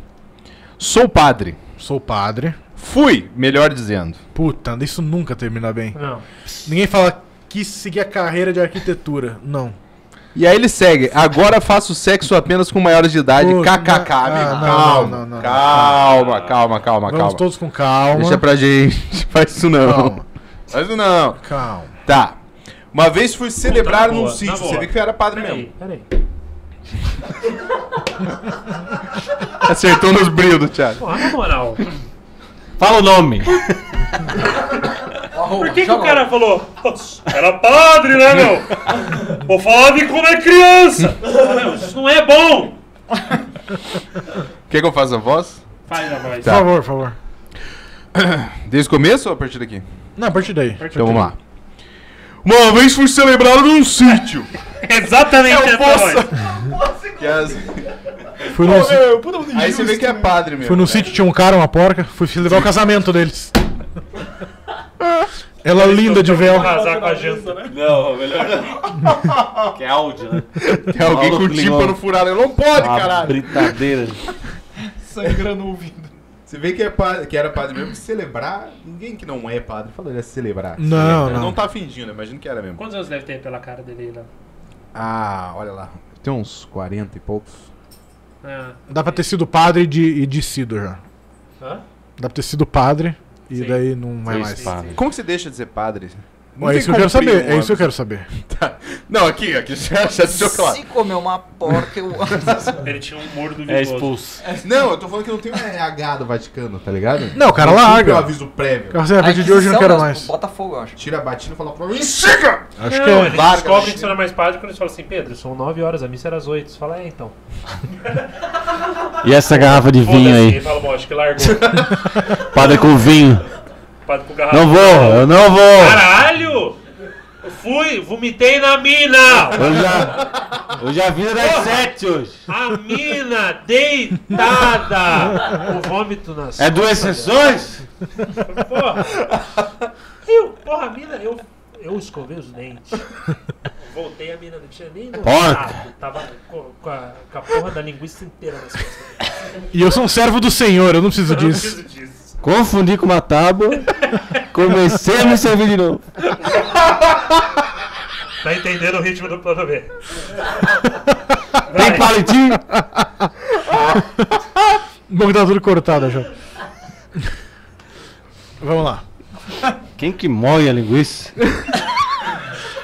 Speaker 5: Sou padre.
Speaker 1: sou padre.
Speaker 5: Fui, melhor dizendo.
Speaker 1: Puta, isso nunca termina bem.
Speaker 2: Não.
Speaker 1: Ninguém fala que seguir a carreira de arquitetura. Não.
Speaker 5: E aí ele segue. Agora faço sexo apenas com maiores de idade.
Speaker 1: Pô,
Speaker 5: KKK,
Speaker 1: não-
Speaker 5: amigo.
Speaker 1: ah, não,
Speaker 5: calma,
Speaker 1: não, não, não.
Speaker 5: calma, calma, calma,
Speaker 1: Vamos
Speaker 5: calma.
Speaker 1: todos com calma.
Speaker 5: Deixa pra gente. Faz isso não.
Speaker 1: Calma.
Speaker 5: Faz isso não.
Speaker 1: Calma.
Speaker 5: Tá. Uma vez fui celebrar
Speaker 2: na
Speaker 5: num
Speaker 2: boa,
Speaker 5: sítio.
Speaker 2: na boa.
Speaker 5: Você vê que eu era padre mesmo.
Speaker 2: Peraí, peraí.
Speaker 5: Acertou nos brilhos, Thiago.
Speaker 2: Porra, na moral.
Speaker 3: Fala o nome.
Speaker 2: Por que, que o cara falou? Era padre, né, meu? Vou falar de como é criança. Isso não é bom.
Speaker 5: Quer que eu faça a voz?
Speaker 2: Faz a voz.
Speaker 5: Tá.
Speaker 1: Por favor, por favor.
Speaker 5: Desde o começo ou a partir daqui?
Speaker 1: Não, a partir daí.
Speaker 5: Então vamos lá. Uma vez fui celebrar num sítio.
Speaker 1: É
Speaker 2: Exatamente
Speaker 5: Eu
Speaker 2: essa é
Speaker 5: posso-
Speaker 2: voz.
Speaker 5: Que as-
Speaker 1: Fui no,
Speaker 5: Aí você vê que é padre mesmo.
Speaker 1: fui no sítio, tinha um cara, uma porca. Fui celebrar o casamento deles. Ela linda de véu.
Speaker 2: Casar com a janta, né?
Speaker 3: Não, melhor Que é áudio, né?
Speaker 5: Tem alguém
Speaker 3: Paulo
Speaker 5: com
Speaker 3: Klingon.
Speaker 5: tímpano furado. Eu não pode,
Speaker 7: Ah,
Speaker 3: Uma
Speaker 5: caralho.
Speaker 3: britadeira.
Speaker 7: Sangrando ouvindo. Você vê que, é padre, que era padre mesmo, que celebrar, ninguém que não é padre falaria celebrar.
Speaker 1: Não,
Speaker 5: Ele
Speaker 1: não.
Speaker 5: não tá fingindo, imagino que era mesmo.
Speaker 2: Quantos anos deve ter pela cara dele né? lá?
Speaker 7: Ah, olha lá. Tem uns 40 e poucos.
Speaker 5: tá
Speaker 2: Ah,
Speaker 1: Dá pra ter sido padre de, e de sido já.
Speaker 2: Hã?
Speaker 1: Dá pra ter sido padre e
Speaker 2: Sim.
Speaker 1: daí não vai
Speaker 3: Sim,
Speaker 1: mais.
Speaker 3: sim.
Speaker 2: sim.
Speaker 5: Como que você deixa de ser padre?
Speaker 1: Bom, é isso que eu quero saber.
Speaker 5: um
Speaker 1: É isso que eu quero saber.
Speaker 5: Não, aqui, aqui, já, já deixou claro.
Speaker 4: Se comer uma porca, eu.
Speaker 2: Ele tinha um humor duvidoso.
Speaker 3: É expulso.
Speaker 7: Não, eu tô falando que não tem um RH do Vaticano, tá ligado?
Speaker 1: Não, o cara
Speaker 7: Não cumpre
Speaker 1: larga.
Speaker 7: o aviso prévio.
Speaker 1: Cara, assim, a partir de hoje eu não quero mais.
Speaker 4: Botafogo, eu acho.
Speaker 7: Tira a batida e fala pra mim, chega!
Speaker 1: Acho
Speaker 2: não,
Speaker 1: que é.
Speaker 2: eles
Speaker 7: Larga,
Speaker 2: descobrem
Speaker 7: né?
Speaker 2: que você não é mais padre quando eles falam assim, Pedro, são 9 horas, a missa era às 8. Você fala, é, então.
Speaker 3: E essa garrafa de vinho
Speaker 2: Foda-se, ele
Speaker 3: aí?
Speaker 2: fala, bom, acho que largou.
Speaker 3: Padre com vinho.
Speaker 2: Padre pro garrafa.
Speaker 3: Não vou, eu não vou.
Speaker 2: Caralho! Eu Fui, vomitei na mina!
Speaker 3: Eu já, eu já vi das sete hoje.
Speaker 2: A mina deitada! O vômito nas.
Speaker 3: É duas sessões?
Speaker 2: Porra! Eu, porra, a mina, eu, eu escovei os dentes. Voltei, a mina não tinha nem
Speaker 3: Porca.
Speaker 2: notado. Tava co- com a, com a porra da linguiça inteira nas costas.
Speaker 1: E eu sou um servo do Senhor, eu não preciso
Speaker 2: Eu não
Speaker 1: disso.
Speaker 2: preciso disso.
Speaker 3: Confundi com uma tábua. Comecei a me servir de novo.
Speaker 2: Tá entendendo o ritmo do plano B?
Speaker 3: Tem
Speaker 2: Vai.
Speaker 3: palitinho?
Speaker 1: Bom que tá tudo cortado já. Vamos lá.
Speaker 3: Quem que moe a linguiça?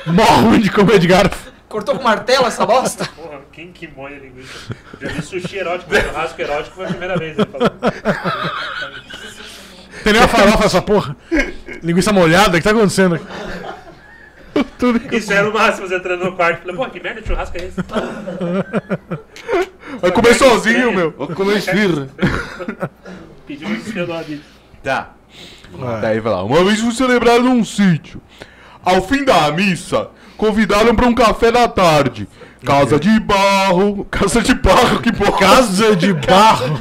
Speaker 1: Morro de comer de garfo.
Speaker 4: Cortou com martelo essa bosta?
Speaker 2: Porra, quem que moe a linguiça? Já vi sushi erótico, mas churrasco erótico foi a primeira vez. Ele falou.
Speaker 1: Tem nem uma farofa essa porra. Linguiça molhada, o que tá acontecendo? aqui?
Speaker 2: Isso era o máximo, você entrando no quarto. Falei, pô, que merda de churrasco é esse?
Speaker 5: Vai comer sozinho, meu.
Speaker 3: Vou comer esfirra.
Speaker 2: Pediu um desfio do amigo.
Speaker 5: Tá.
Speaker 1: É.
Speaker 5: Daí vai lá. Uma vez fui celebrar num sítio. Ao fim da missa, convidaram pra um café da tarde. Casa de barro. Casa de barro, que porra.
Speaker 1: Casa é de barro.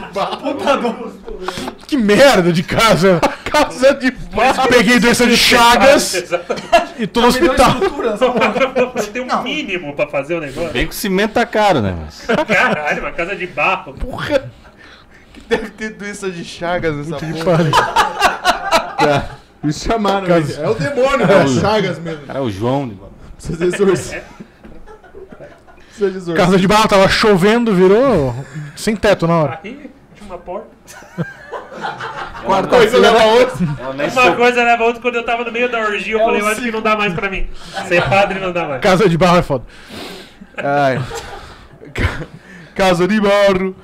Speaker 1: Que merda de casa.
Speaker 5: Casa de barro.
Speaker 1: Peguei doença de chagas e tô no hospital.
Speaker 2: Você tem um mínimo pra fazer o negócio.
Speaker 3: Bem que o cimento tá caro, né? Mas...
Speaker 2: Caralho, uma casa de barro.
Speaker 5: Deve ter doença de chagas nessa
Speaker 1: Que
Speaker 5: porra.
Speaker 1: pariu.
Speaker 7: Tá. Me chamaram.
Speaker 1: Casa-
Speaker 7: né? É o demônio, né? Chagas mesmo.
Speaker 3: Cara, é o João. de-
Speaker 7: Precisa de exorcismo. Precisa de exorcismo.
Speaker 1: Casa de barro tava chovendo, virou sem teto na hora.
Speaker 2: Aí, tinha uma porta.
Speaker 7: Coisa leva a outra.
Speaker 3: Eu nem sou-
Speaker 2: Uma coisa leva a outra. Quando eu tava no meio da orgia, eu falei, eu acho que não dá mais pra mim. Ser padre não dá mais.
Speaker 1: Casa de barro é foda.
Speaker 5: Ai. Ca- Casa de barro,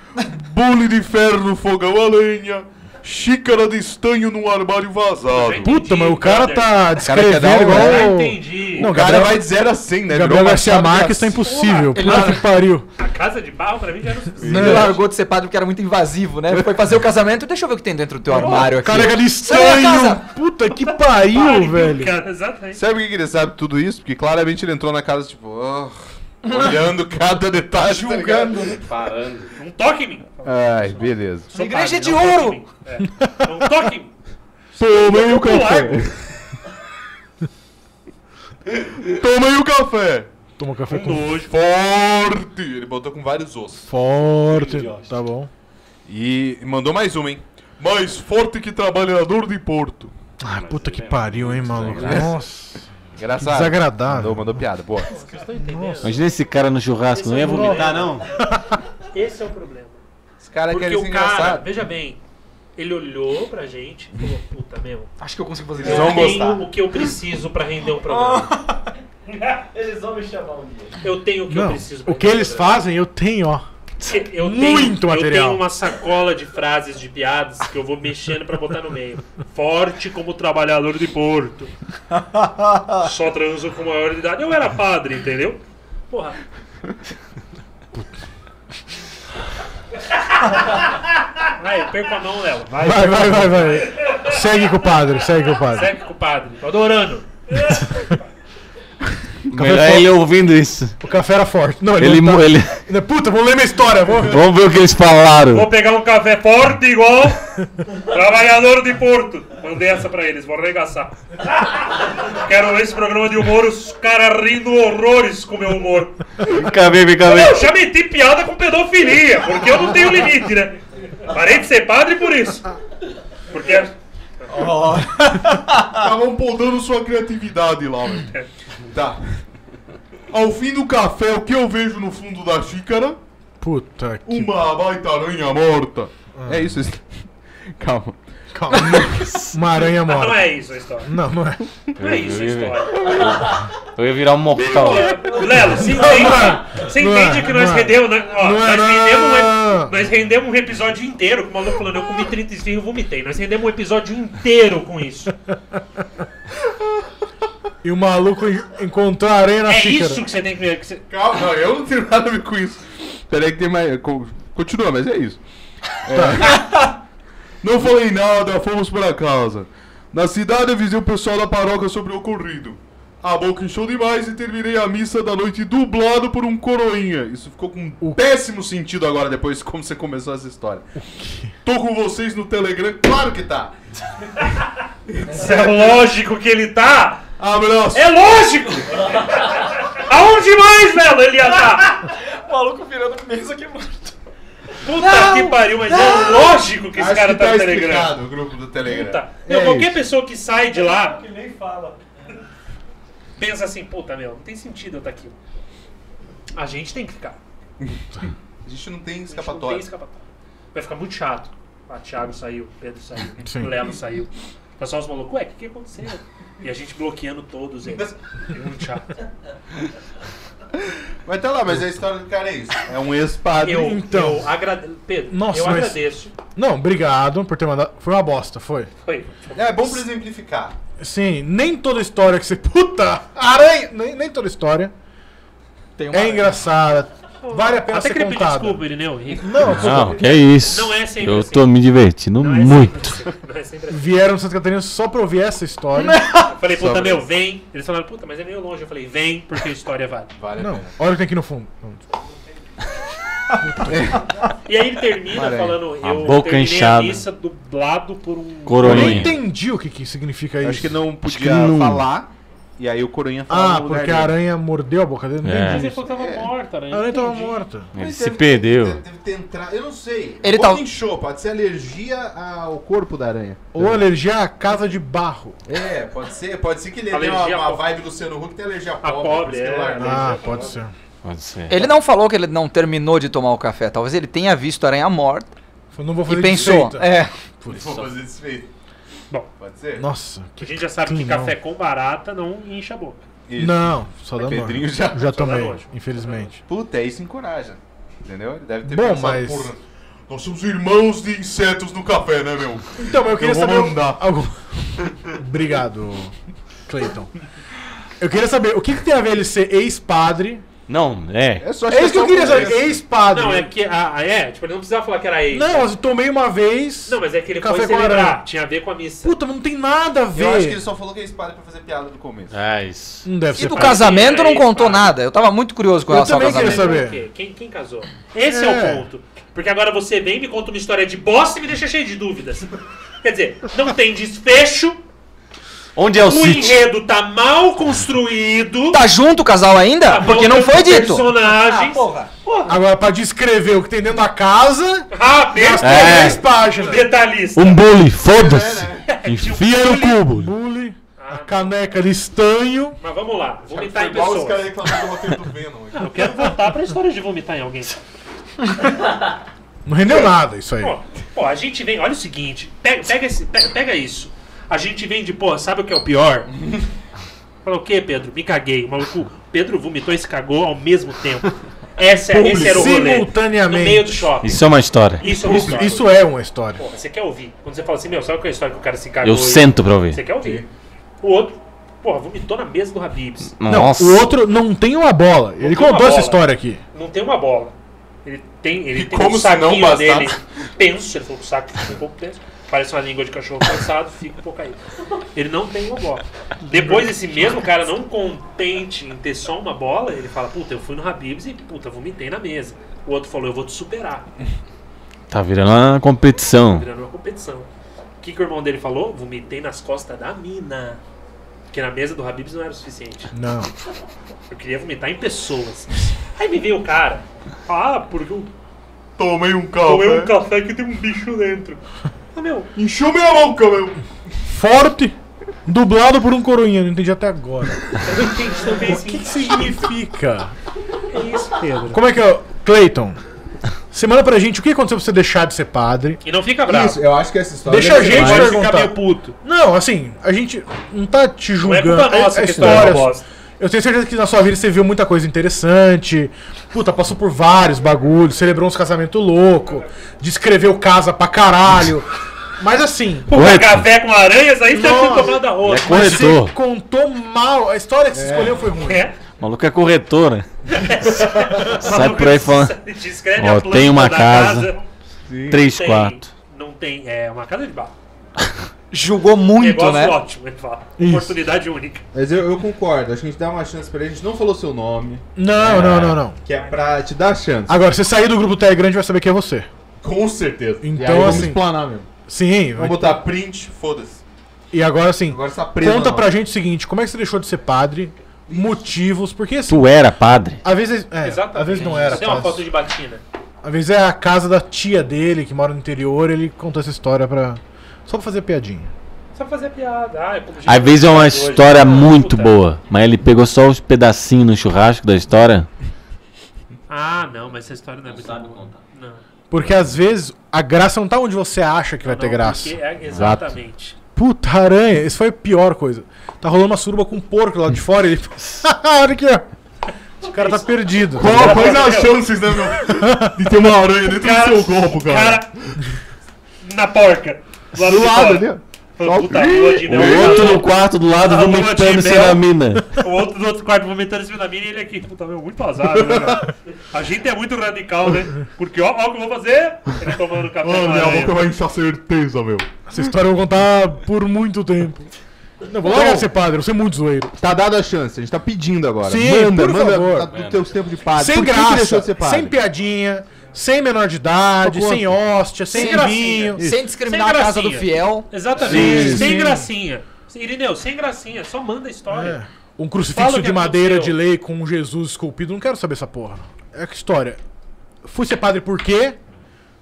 Speaker 5: bule de ferro no fogão a lenha, xícara de estanho num armário vazado.
Speaker 2: Gente,
Speaker 1: Puta, mas o cara tá
Speaker 5: cara quer
Speaker 1: descrevendo
Speaker 5: dar um-
Speaker 2: Já
Speaker 1: igual.
Speaker 2: né? Ah, entendi.
Speaker 1: Não,
Speaker 5: O cara
Speaker 1: Gabriel-
Speaker 5: vai de 0 a 100, né?
Speaker 1: Gabriel Garcia
Speaker 5: Machado de
Speaker 1: Marques tá
Speaker 5: Assis.
Speaker 1: impossível. Puta que pariu.
Speaker 2: A casa de barro pra mim já era o suficiente.
Speaker 4: Ele largou de ser padre porque era muito invasivo, né? Foi fazer o casamento, deixa eu ver o que tem dentro do teu armário aqui.
Speaker 1: Careca de
Speaker 4: Sai da
Speaker 1: estranho.
Speaker 4: casa.
Speaker 1: é Puta que pariu, velho.
Speaker 2: Cara, exatamente.
Speaker 5: Sabe por que que ele sabe tudo isso? Porque claramente ele entrou na casa, tipo, oh, olhando cada detalhe. Julgando.
Speaker 2: Não Um toque em mim.
Speaker 5: Ai, beleza.
Speaker 2: Sou
Speaker 4: Igreja
Speaker 2: padre,
Speaker 4: de
Speaker 2: não um toque em
Speaker 4: ouro.
Speaker 2: mim. É. Não toque em mim.
Speaker 5: Tomei o
Speaker 2: largo.
Speaker 5: café. Tomei o café.
Speaker 1: Toma café
Speaker 2: Com
Speaker 1: com
Speaker 2: nojo.
Speaker 5: Forte. Ele botou com vários ossos.
Speaker 1: forte. Tá bom.
Speaker 5: E mandou mais uma, hein? Mais forte que trabalhador de Porto.
Speaker 1: Ah, puta que pariu, hein, maluco. Nossa.
Speaker 7: Engraçado.
Speaker 1: Desagradável.
Speaker 7: Mandou, mandou piada, boa.
Speaker 3: Imagina esse cara no churrasco, não ia vomitar, não?
Speaker 2: Esse é o problema.
Speaker 7: Esse
Speaker 6: É
Speaker 7: cara
Speaker 2: Porque
Speaker 7: quer ser
Speaker 2: o cara,
Speaker 7: engraçado.
Speaker 2: veja bem, ele olhou pra gente e falou, puta mesmo,
Speaker 4: Acho que eu consigo fazer
Speaker 2: eu
Speaker 4: isso.
Speaker 7: vão
Speaker 2: tenho
Speaker 7: gostar.
Speaker 2: o que eu preciso pra render um programa.
Speaker 6: Eles vão me chamar um dia.
Speaker 2: Eu tenho o que eu
Speaker 1: Não,
Speaker 2: preciso pra
Speaker 1: o que
Speaker 2: render
Speaker 1: eles
Speaker 2: um programa.
Speaker 1: fazem, eu tenho, ó.
Speaker 2: Eu
Speaker 1: Muito
Speaker 2: tenho,
Speaker 1: material.
Speaker 2: Eu tenho uma sacola de frases, de piadas que eu vou mexendo pra botar no meio. Forte como trabalhador de Porto. Só transo com maior de idade. Eu era padre, entendeu? Porra. Vai, eu perco a mão, Léo.
Speaker 1: Vai, vai, vai, vai. Segue com o padre, segue com o padre.
Speaker 2: Segue com o padre. Tô adorando.
Speaker 3: Melhor é ele ouvindo isso.
Speaker 1: O café era forte. Não, ele,
Speaker 3: Ele,
Speaker 1: não
Speaker 3: mo-
Speaker 1: tá-
Speaker 3: ele...
Speaker 1: Puta, vou ler minha história. Vou...
Speaker 3: Vamos ver o que eles falaram.
Speaker 2: Vou pegar um café forte igual trabalhador de Porto. Mandei essa pra eles, vou arregaçar. Quero ver esse programa de humor, os caras rindo horrores com meu humor.
Speaker 3: Vem cá, vem, vem cá,
Speaker 2: Eu
Speaker 3: vem.
Speaker 2: já meti piada com pedofilia, porque eu não tenho limite, né? Parei de ser padre por isso. Porque
Speaker 5: Estavam podando sua criatividade lá, velho. Tá. Ao fim do café, o que eu vejo no fundo da xícara?
Speaker 1: Puta que
Speaker 5: Uma baita aranha morta.
Speaker 7: É isso, isso. Calma.
Speaker 1: calma. Uma aranha
Speaker 2: não
Speaker 1: mora.
Speaker 2: é isso a história.
Speaker 1: Não, não é.
Speaker 2: Não é isso a história.
Speaker 3: Eu ia virar um mortal.
Speaker 2: Lelo, você entende, você
Speaker 1: Não é,
Speaker 2: entende que nós
Speaker 1: não é.
Speaker 2: rendemos, né? Ó,
Speaker 1: Não é,
Speaker 2: nós, rendemos um,
Speaker 1: não.
Speaker 2: ep- nós rendemos um episódio inteiro, com o maluco falando, eu comi 30 esfirros e vomitei. Nós rendemos um episódio inteiro com isso.
Speaker 1: E o maluco en- encontrou a aranha na
Speaker 2: É
Speaker 1: xícara.
Speaker 2: isso que você tem que ver. que você-
Speaker 5: Calma, não, eu não tenho nada a ver com isso. Peraí que tem mais. co- Continua, mas é isso.
Speaker 2: Tá.
Speaker 5: É. não falei nada, fomos para casa. Na cidade avisei o pessoal da paróquia sobre o ocorrido. A boca encheu demais e terminei a missa da noite dublado por um coroinha. Isso ficou com um péssimo sentido agora, depois de como você começou essa história. Tô com vocês no Telegram, claro que tá.
Speaker 2: É lógico que ele tá.
Speaker 5: Abraço.
Speaker 2: É lógico! Aonde mais, Lelo, ele ia tá?
Speaker 4: O maluco virando mesa aqui, mano.
Speaker 2: Puta que pariu, mas é lógico que esse
Speaker 5: Acho
Speaker 2: cara
Speaker 5: que
Speaker 2: tá
Speaker 5: tá
Speaker 2: no Telegram.
Speaker 5: explicado o grupo do Telegram.
Speaker 2: Puta. Meu,
Speaker 5: É
Speaker 2: Tá. qualquer
Speaker 5: isso.
Speaker 2: pessoa que sai de lá. Que nem fala. Pensa assim, puta, meu, não tem sentido eu estar aqui. A gente tem que ficar.
Speaker 7: A gente não tem
Speaker 2: A gente não tem escapatória. Vai ficar muito chato. Ah, Thiago saiu, Pedro saiu,
Speaker 1: Sim.
Speaker 2: Lelo saiu. Tá só os malucos, ué, o que, que aconteceu? E a gente bloqueando todos eles. É Muito chato.
Speaker 7: Mas tá lá, mas a história do cara é isso.
Speaker 5: É um ex-padre.
Speaker 2: Eu,
Speaker 1: Então.
Speaker 2: eu agradeço. Pedro,
Speaker 1: Nossa,
Speaker 2: eu
Speaker 1: mas-
Speaker 2: agradeço.
Speaker 1: Não, obrigado por ter mandado. Foi uma bosta, foi.
Speaker 2: Foi.
Speaker 7: É bom pra exemplificar.
Speaker 1: Sim, nem toda história que você. Puta! Aranha! Nem, nem toda história
Speaker 4: Tem uma
Speaker 1: é engraçada. Vale a pena
Speaker 2: Até
Speaker 1: ser
Speaker 2: que ele é pediu
Speaker 1: contada.
Speaker 2: desculpa, Irineu. Henrique.
Speaker 1: Não,
Speaker 3: Não, que isso.
Speaker 2: Não é sempre
Speaker 3: Eu
Speaker 2: assim.
Speaker 3: tô me divertindo
Speaker 2: Não é sempre
Speaker 3: muito.
Speaker 2: assim, Não é sempre assim.
Speaker 1: vieram de Santa Catarina só pra ouvir essa história.
Speaker 2: Eu falei, puta, meu, vem. Eles falaram, puta, mas é meio longe. Eu falei, vem, porque a história vale.
Speaker 7: Vale
Speaker 1: Não, olha o que tem aqui no fundo.
Speaker 2: E aí ele termina falando,
Speaker 3: A
Speaker 2: eu
Speaker 3: boca
Speaker 2: terminei a
Speaker 3: inchada.
Speaker 2: missa dublado por um...
Speaker 1: Eu
Speaker 3: Coroinha.
Speaker 1: nem entendi o que, que significa
Speaker 7: Eu
Speaker 1: isso.
Speaker 7: acho que não podia
Speaker 3: que não.
Speaker 7: falar. E aí o Coruinha falou.
Speaker 1: Ah, porque a aranha mordeu a boca dele? Não
Speaker 3: É.
Speaker 2: Mas
Speaker 1: entendi.
Speaker 2: ele falou que tava morta, né?
Speaker 1: A aranha Ah, tava
Speaker 2: Entendi.
Speaker 1: morta.
Speaker 3: Ele se perdeu.
Speaker 7: Deve ter entrado. Eu não sei. Um
Speaker 4: Ele
Speaker 7: Ou
Speaker 4: tá-
Speaker 7: inchou, pode ser alergia ao corpo da aranha.
Speaker 1: Ou alergia à casa de barro.
Speaker 7: É, pode ser. Pode ser que ele tenha uma,
Speaker 2: Alergia
Speaker 7: uma
Speaker 2: po-
Speaker 7: vibe Luciano Huck tem alergia a pobre.
Speaker 2: pobre,
Speaker 7: por isso que ele
Speaker 2: é.
Speaker 7: largou.
Speaker 1: Ah, pode ser.
Speaker 3: Pode ser.
Speaker 4: Ele não falou que ele não terminou de tomar o café. Talvez ele tenha visto a aranha morta
Speaker 1: Falei, Não vou fazer
Speaker 4: e pensou.
Speaker 1: desfeita.
Speaker 4: É.
Speaker 1: Putz.
Speaker 7: Vou fazer desfeito.
Speaker 2: Bom.
Speaker 7: Pode ser?
Speaker 1: Nossa.
Speaker 2: A
Speaker 1: que-
Speaker 2: gente já sabe que
Speaker 1: Climão.
Speaker 2: café com barata não incha a boca.
Speaker 7: Isso. É,
Speaker 1: Não, só
Speaker 5: É
Speaker 1: dá nojo.
Speaker 7: Pedrinho já.
Speaker 1: Já tomei,
Speaker 2: nojo.
Speaker 1: infelizmente.
Speaker 7: Puta, é isso encoraja. Entendeu? Ele deve ter
Speaker 1: Bom,
Speaker 7: pensado,
Speaker 1: mas-
Speaker 7: porra,
Speaker 5: Nós somos irmãos de insetos no café, né, meu?
Speaker 1: Então, mas eu queria
Speaker 5: vou
Speaker 1: saber.
Speaker 5: mandar.
Speaker 1: Algum... Obrigado, Clayton. Eu queria saber o que, que tem a ver ele ser ex-padre.
Speaker 3: Não, é.
Speaker 7: É só
Speaker 1: É isso que eu queria
Speaker 7: expressão
Speaker 1: saber. Ex-padre.
Speaker 2: Não, é porque... Ah, ah, é? Tipo, ele não precisava falar que era ex.
Speaker 1: Não, mas eu tomei uma vez.
Speaker 2: Não, mas é que ele
Speaker 1: Café
Speaker 2: foi
Speaker 1: com
Speaker 2: celebrar.
Speaker 1: aranha.
Speaker 2: Tinha a ver com a missa.
Speaker 1: Puta, mas não tem nada a ver.
Speaker 7: Eu acho que ele só falou que é espada pra fazer piada no
Speaker 5: É.
Speaker 7: começo.
Speaker 3: Ah, isso.
Speaker 1: Não deve
Speaker 4: E
Speaker 1: ser.
Speaker 4: do
Speaker 1: padre.
Speaker 4: casamento não contou nada. Eu tava muito curioso com
Speaker 1: Eu
Speaker 4: relação ao
Speaker 1: também queria
Speaker 4: casamento.
Speaker 1: saber.
Speaker 2: Por quê? Quem, quem casou? Esse é.
Speaker 1: É.
Speaker 2: o ponto. Porque agora você vem, me conta uma história de bosta e me deixa cheio de dúvidas. Quer dizer, não tem desfecho.
Speaker 3: Onde é o
Speaker 2: O
Speaker 3: City?
Speaker 2: enredo tá mal construído.
Speaker 4: Tá junto o casal ainda?
Speaker 2: tá
Speaker 4: Porque não foi
Speaker 2: botando
Speaker 4: dito.
Speaker 1: Ah,
Speaker 2: Personagens.
Speaker 1: Agora, pra descrever o que tem dentro da casa,
Speaker 2: Ah, besta.
Speaker 3: É.
Speaker 1: três páginas.
Speaker 2: Detalhista.
Speaker 5: Um bully, foda-se.
Speaker 1: É, né?
Speaker 2: um
Speaker 5: Enfia no cubo.
Speaker 1: Bully, a caneca de estanho.
Speaker 2: Mas vamos lá. Vomitar
Speaker 7: Foi
Speaker 2: em
Speaker 7: Tá igual os
Speaker 2: pessoas.
Speaker 7: caras aí falando do roteiro do Venom. aqui.
Speaker 2: Eu quero voltar pra história de vomitar em alguém.
Speaker 1: Não rendeu nada isso aí.
Speaker 2: Pô, pô, a gente vem. Olha o seguinte. Pega, pega, esse- pe- pega isso. A gente vem de, pô, sabe o que é o pior? Falou o quê, Pedro? Me caguei. O maluco, Pedro vomitou e se cagou ao mesmo tempo. Essa, é, esse era o rolê.
Speaker 1: Simultaneamente.
Speaker 2: No meio do shopping.
Speaker 3: Isso é uma história.
Speaker 2: Isso é uma história.
Speaker 1: Isso é uma história.
Speaker 2: Porra, você quer ouvir. Quando você fala assim, meu, sabe qual é a história que o cara se cagou?
Speaker 3: Eu
Speaker 2: e-
Speaker 3: sento pra ouvir.
Speaker 2: Você quer ouvir. O outro, porra, vomitou na mesa do Habibs.
Speaker 1: Não,
Speaker 3: Nossa.
Speaker 1: o outro não tem uma bola. Ele
Speaker 2: tem uma
Speaker 1: contou essa
Speaker 2: bola.
Speaker 1: história aqui.
Speaker 2: Não tem uma bola. Ele tem, ele tem
Speaker 7: como
Speaker 2: um
Speaker 7: se não
Speaker 2: saquinho
Speaker 7: bastasse.
Speaker 2: dele tenso. Ele falou que o saco fica um pouco tenso. Parece uma língua de cachorro cansado, fica um pouco aí. Ele não tem uma bola. Depois, esse mesmo cara, não contente em ter só uma bola, ele fala, puta, eu fui no Habibs e, puta, vomitei na mesa. O outro falou, eu vou te superar.
Speaker 3: Tá virando uma competição.
Speaker 2: virando uma competição. O que, que o irmão dele falou? Vomitei nas costas da mina. Porque na mesa do Habibs não era o suficiente.
Speaker 1: Não.
Speaker 2: Eu queria vomitar em pessoas. Aí me veio o cara. Ah, porque eu
Speaker 5: Tomei um
Speaker 2: tomei um
Speaker 5: café.
Speaker 2: café que tem um bicho dentro. Ah, meu,
Speaker 5: Encheu minha boca, meu.
Speaker 1: Forte, dublado por um coroinha. Não entendi até agora.
Speaker 2: eu não entendi também
Speaker 1: O que, que
Speaker 2: assim.
Speaker 1: significa?
Speaker 2: É isso, Pedro.
Speaker 1: Como é que é? o- Clayton, você manda pra gente o que aconteceu pra você deixar de ser padre.
Speaker 2: E não fica bravo.
Speaker 7: Isso, eu acho que essa história.
Speaker 1: Deixa a
Speaker 7: deve ser
Speaker 1: gente
Speaker 7: mais-
Speaker 2: Vai
Speaker 1: perguntar.
Speaker 2: ficar meio puto.
Speaker 1: Não, assim, a gente não tá te
Speaker 2: Não é
Speaker 1: julgando.
Speaker 2: culpa nossa
Speaker 1: É- é
Speaker 2: que a história é uma
Speaker 1: história.
Speaker 2: bosta.
Speaker 1: Eu tenho certeza que na sua vida você viu muita coisa interessante. Puta, passou por vários bagulhos, celebrou uns casamentos loucos, descreveu casa pra caralho. Mas assim,
Speaker 2: Pô,
Speaker 3: Ué,
Speaker 2: café com aranhas, aí você tá tomando a rola.
Speaker 3: é co-
Speaker 1: mas
Speaker 3: Corretor.
Speaker 1: você contou mal. A história que você escolheu foi ruim.
Speaker 2: É.
Speaker 3: O maluco é corretor, né? Sai por aí falando.
Speaker 2: Descreve
Speaker 3: Ó,
Speaker 2: a planta
Speaker 3: tem uma
Speaker 2: da
Speaker 3: casa.
Speaker 2: casa.
Speaker 3: 3,
Speaker 2: Tem-
Speaker 3: 4.
Speaker 2: Não tem. É uma casa de barro.
Speaker 4: Julgou muito,
Speaker 2: Negócio
Speaker 4: né?
Speaker 2: ótimo, ele fala. Oportunidade única.
Speaker 7: Mas eu, eu concordo, acho que a gente dá uma chance pra ele. A gente não falou seu nome,
Speaker 1: Não, não, não, não.
Speaker 7: que é pra te dar a chance.
Speaker 1: Agora, se sair do grupo do Telegram, a gente vai saber quem é você.
Speaker 7: Com certeza.
Speaker 1: Então,
Speaker 7: E aí vamos
Speaker 1: assim-
Speaker 7: explanar mesmo.
Speaker 1: Sim,
Speaker 7: Vamos botar print, foda-se.
Speaker 1: e agora assim,
Speaker 7: Agora está preso.
Speaker 1: conta
Speaker 7: na
Speaker 1: pra
Speaker 7: nossa.
Speaker 1: gente o seguinte, como é que você deixou de ser padre? Motivos, porque assim,
Speaker 3: Tu era padre?
Speaker 1: às vezes, é, às vezes não era,
Speaker 2: Tem uma
Speaker 1: padre.
Speaker 2: foto de batina.
Speaker 1: Às vezes é a casa da tia dele, que mora no interior, ele contou essa história pra. Só pra fazer piadinha.
Speaker 2: Só fazer piada. Ah, é como
Speaker 3: Às vezes é uma história
Speaker 2: Ah,
Speaker 3: muito
Speaker 2: puta.
Speaker 3: boa, mas ele pegou só os pedacinhos no churrasco da história.
Speaker 2: Ah, não, mas essa história não é muito
Speaker 6: sabe
Speaker 2: boa.
Speaker 6: contar.
Speaker 2: Não.
Speaker 1: Porque às vezes a graça não tá onde você acha que vai ter
Speaker 2: Não,
Speaker 1: graça.
Speaker 2: porque é- exatamente.
Speaker 1: Puta aranha, isso foi a pior coisa. Tá rolando uma suruba com um porco lá de fora e ele. Olha aqui, ó. O cara tá perdido.
Speaker 5: Qual- Quais as chances, né, meu? De ter uma aranha dentro
Speaker 2: Cara,
Speaker 5: do seu corpo, cara?
Speaker 2: Cara, na porca. Do lado, ali, Puta, lua de
Speaker 3: O
Speaker 2: mel.
Speaker 3: outro no quarto do lado
Speaker 2: Ah, lua
Speaker 3: vomitando
Speaker 2: de
Speaker 3: ceramina.
Speaker 2: O outro do outro quarto vomitando em cima da mina e ele aqui. Puta, meu, muito azar, né, cara? A gente é muito radical, né? Porque ó, ó o que eu vou fazer. Ele tomando café
Speaker 5: Mano,
Speaker 2: com
Speaker 5: minha
Speaker 2: aranha.
Speaker 5: boca vai inchar certeza, meu.
Speaker 7: É
Speaker 1: Essa história eu vou contar por muito tempo. Não, vou largar de ser padre, eu sou muito zoeiro.
Speaker 7: Tá dada a chance, a gente tá pedindo agora.
Speaker 1: Sim,
Speaker 7: manda,
Speaker 1: por
Speaker 7: manda
Speaker 1: favor.
Speaker 7: tá do teu tempo de padre.
Speaker 1: sem
Speaker 7: Por que que
Speaker 1: graça,
Speaker 7: deixou de ser padre?
Speaker 1: sem piadinha, sem menor de idade,
Speaker 7: Só conta.
Speaker 1: sem hóstia, sem,
Speaker 2: Sem gracinha.
Speaker 1: vinho.
Speaker 4: Sem discriminar
Speaker 2: Sem
Speaker 4: a casa do
Speaker 2: gracinha.
Speaker 4: fiel.
Speaker 2: Exatamente.
Speaker 1: Sim,
Speaker 2: sem
Speaker 1: sim.
Speaker 2: gracinha. Irineu, sem gracinha. Só manda a história.
Speaker 1: Um
Speaker 2: Fala
Speaker 1: crucifixo
Speaker 2: o que
Speaker 1: de madeira de
Speaker 2: aconteceu.
Speaker 1: lei com um Jesus esculpido, não quero saber essa porra. É que história. Fui ser padre por quê?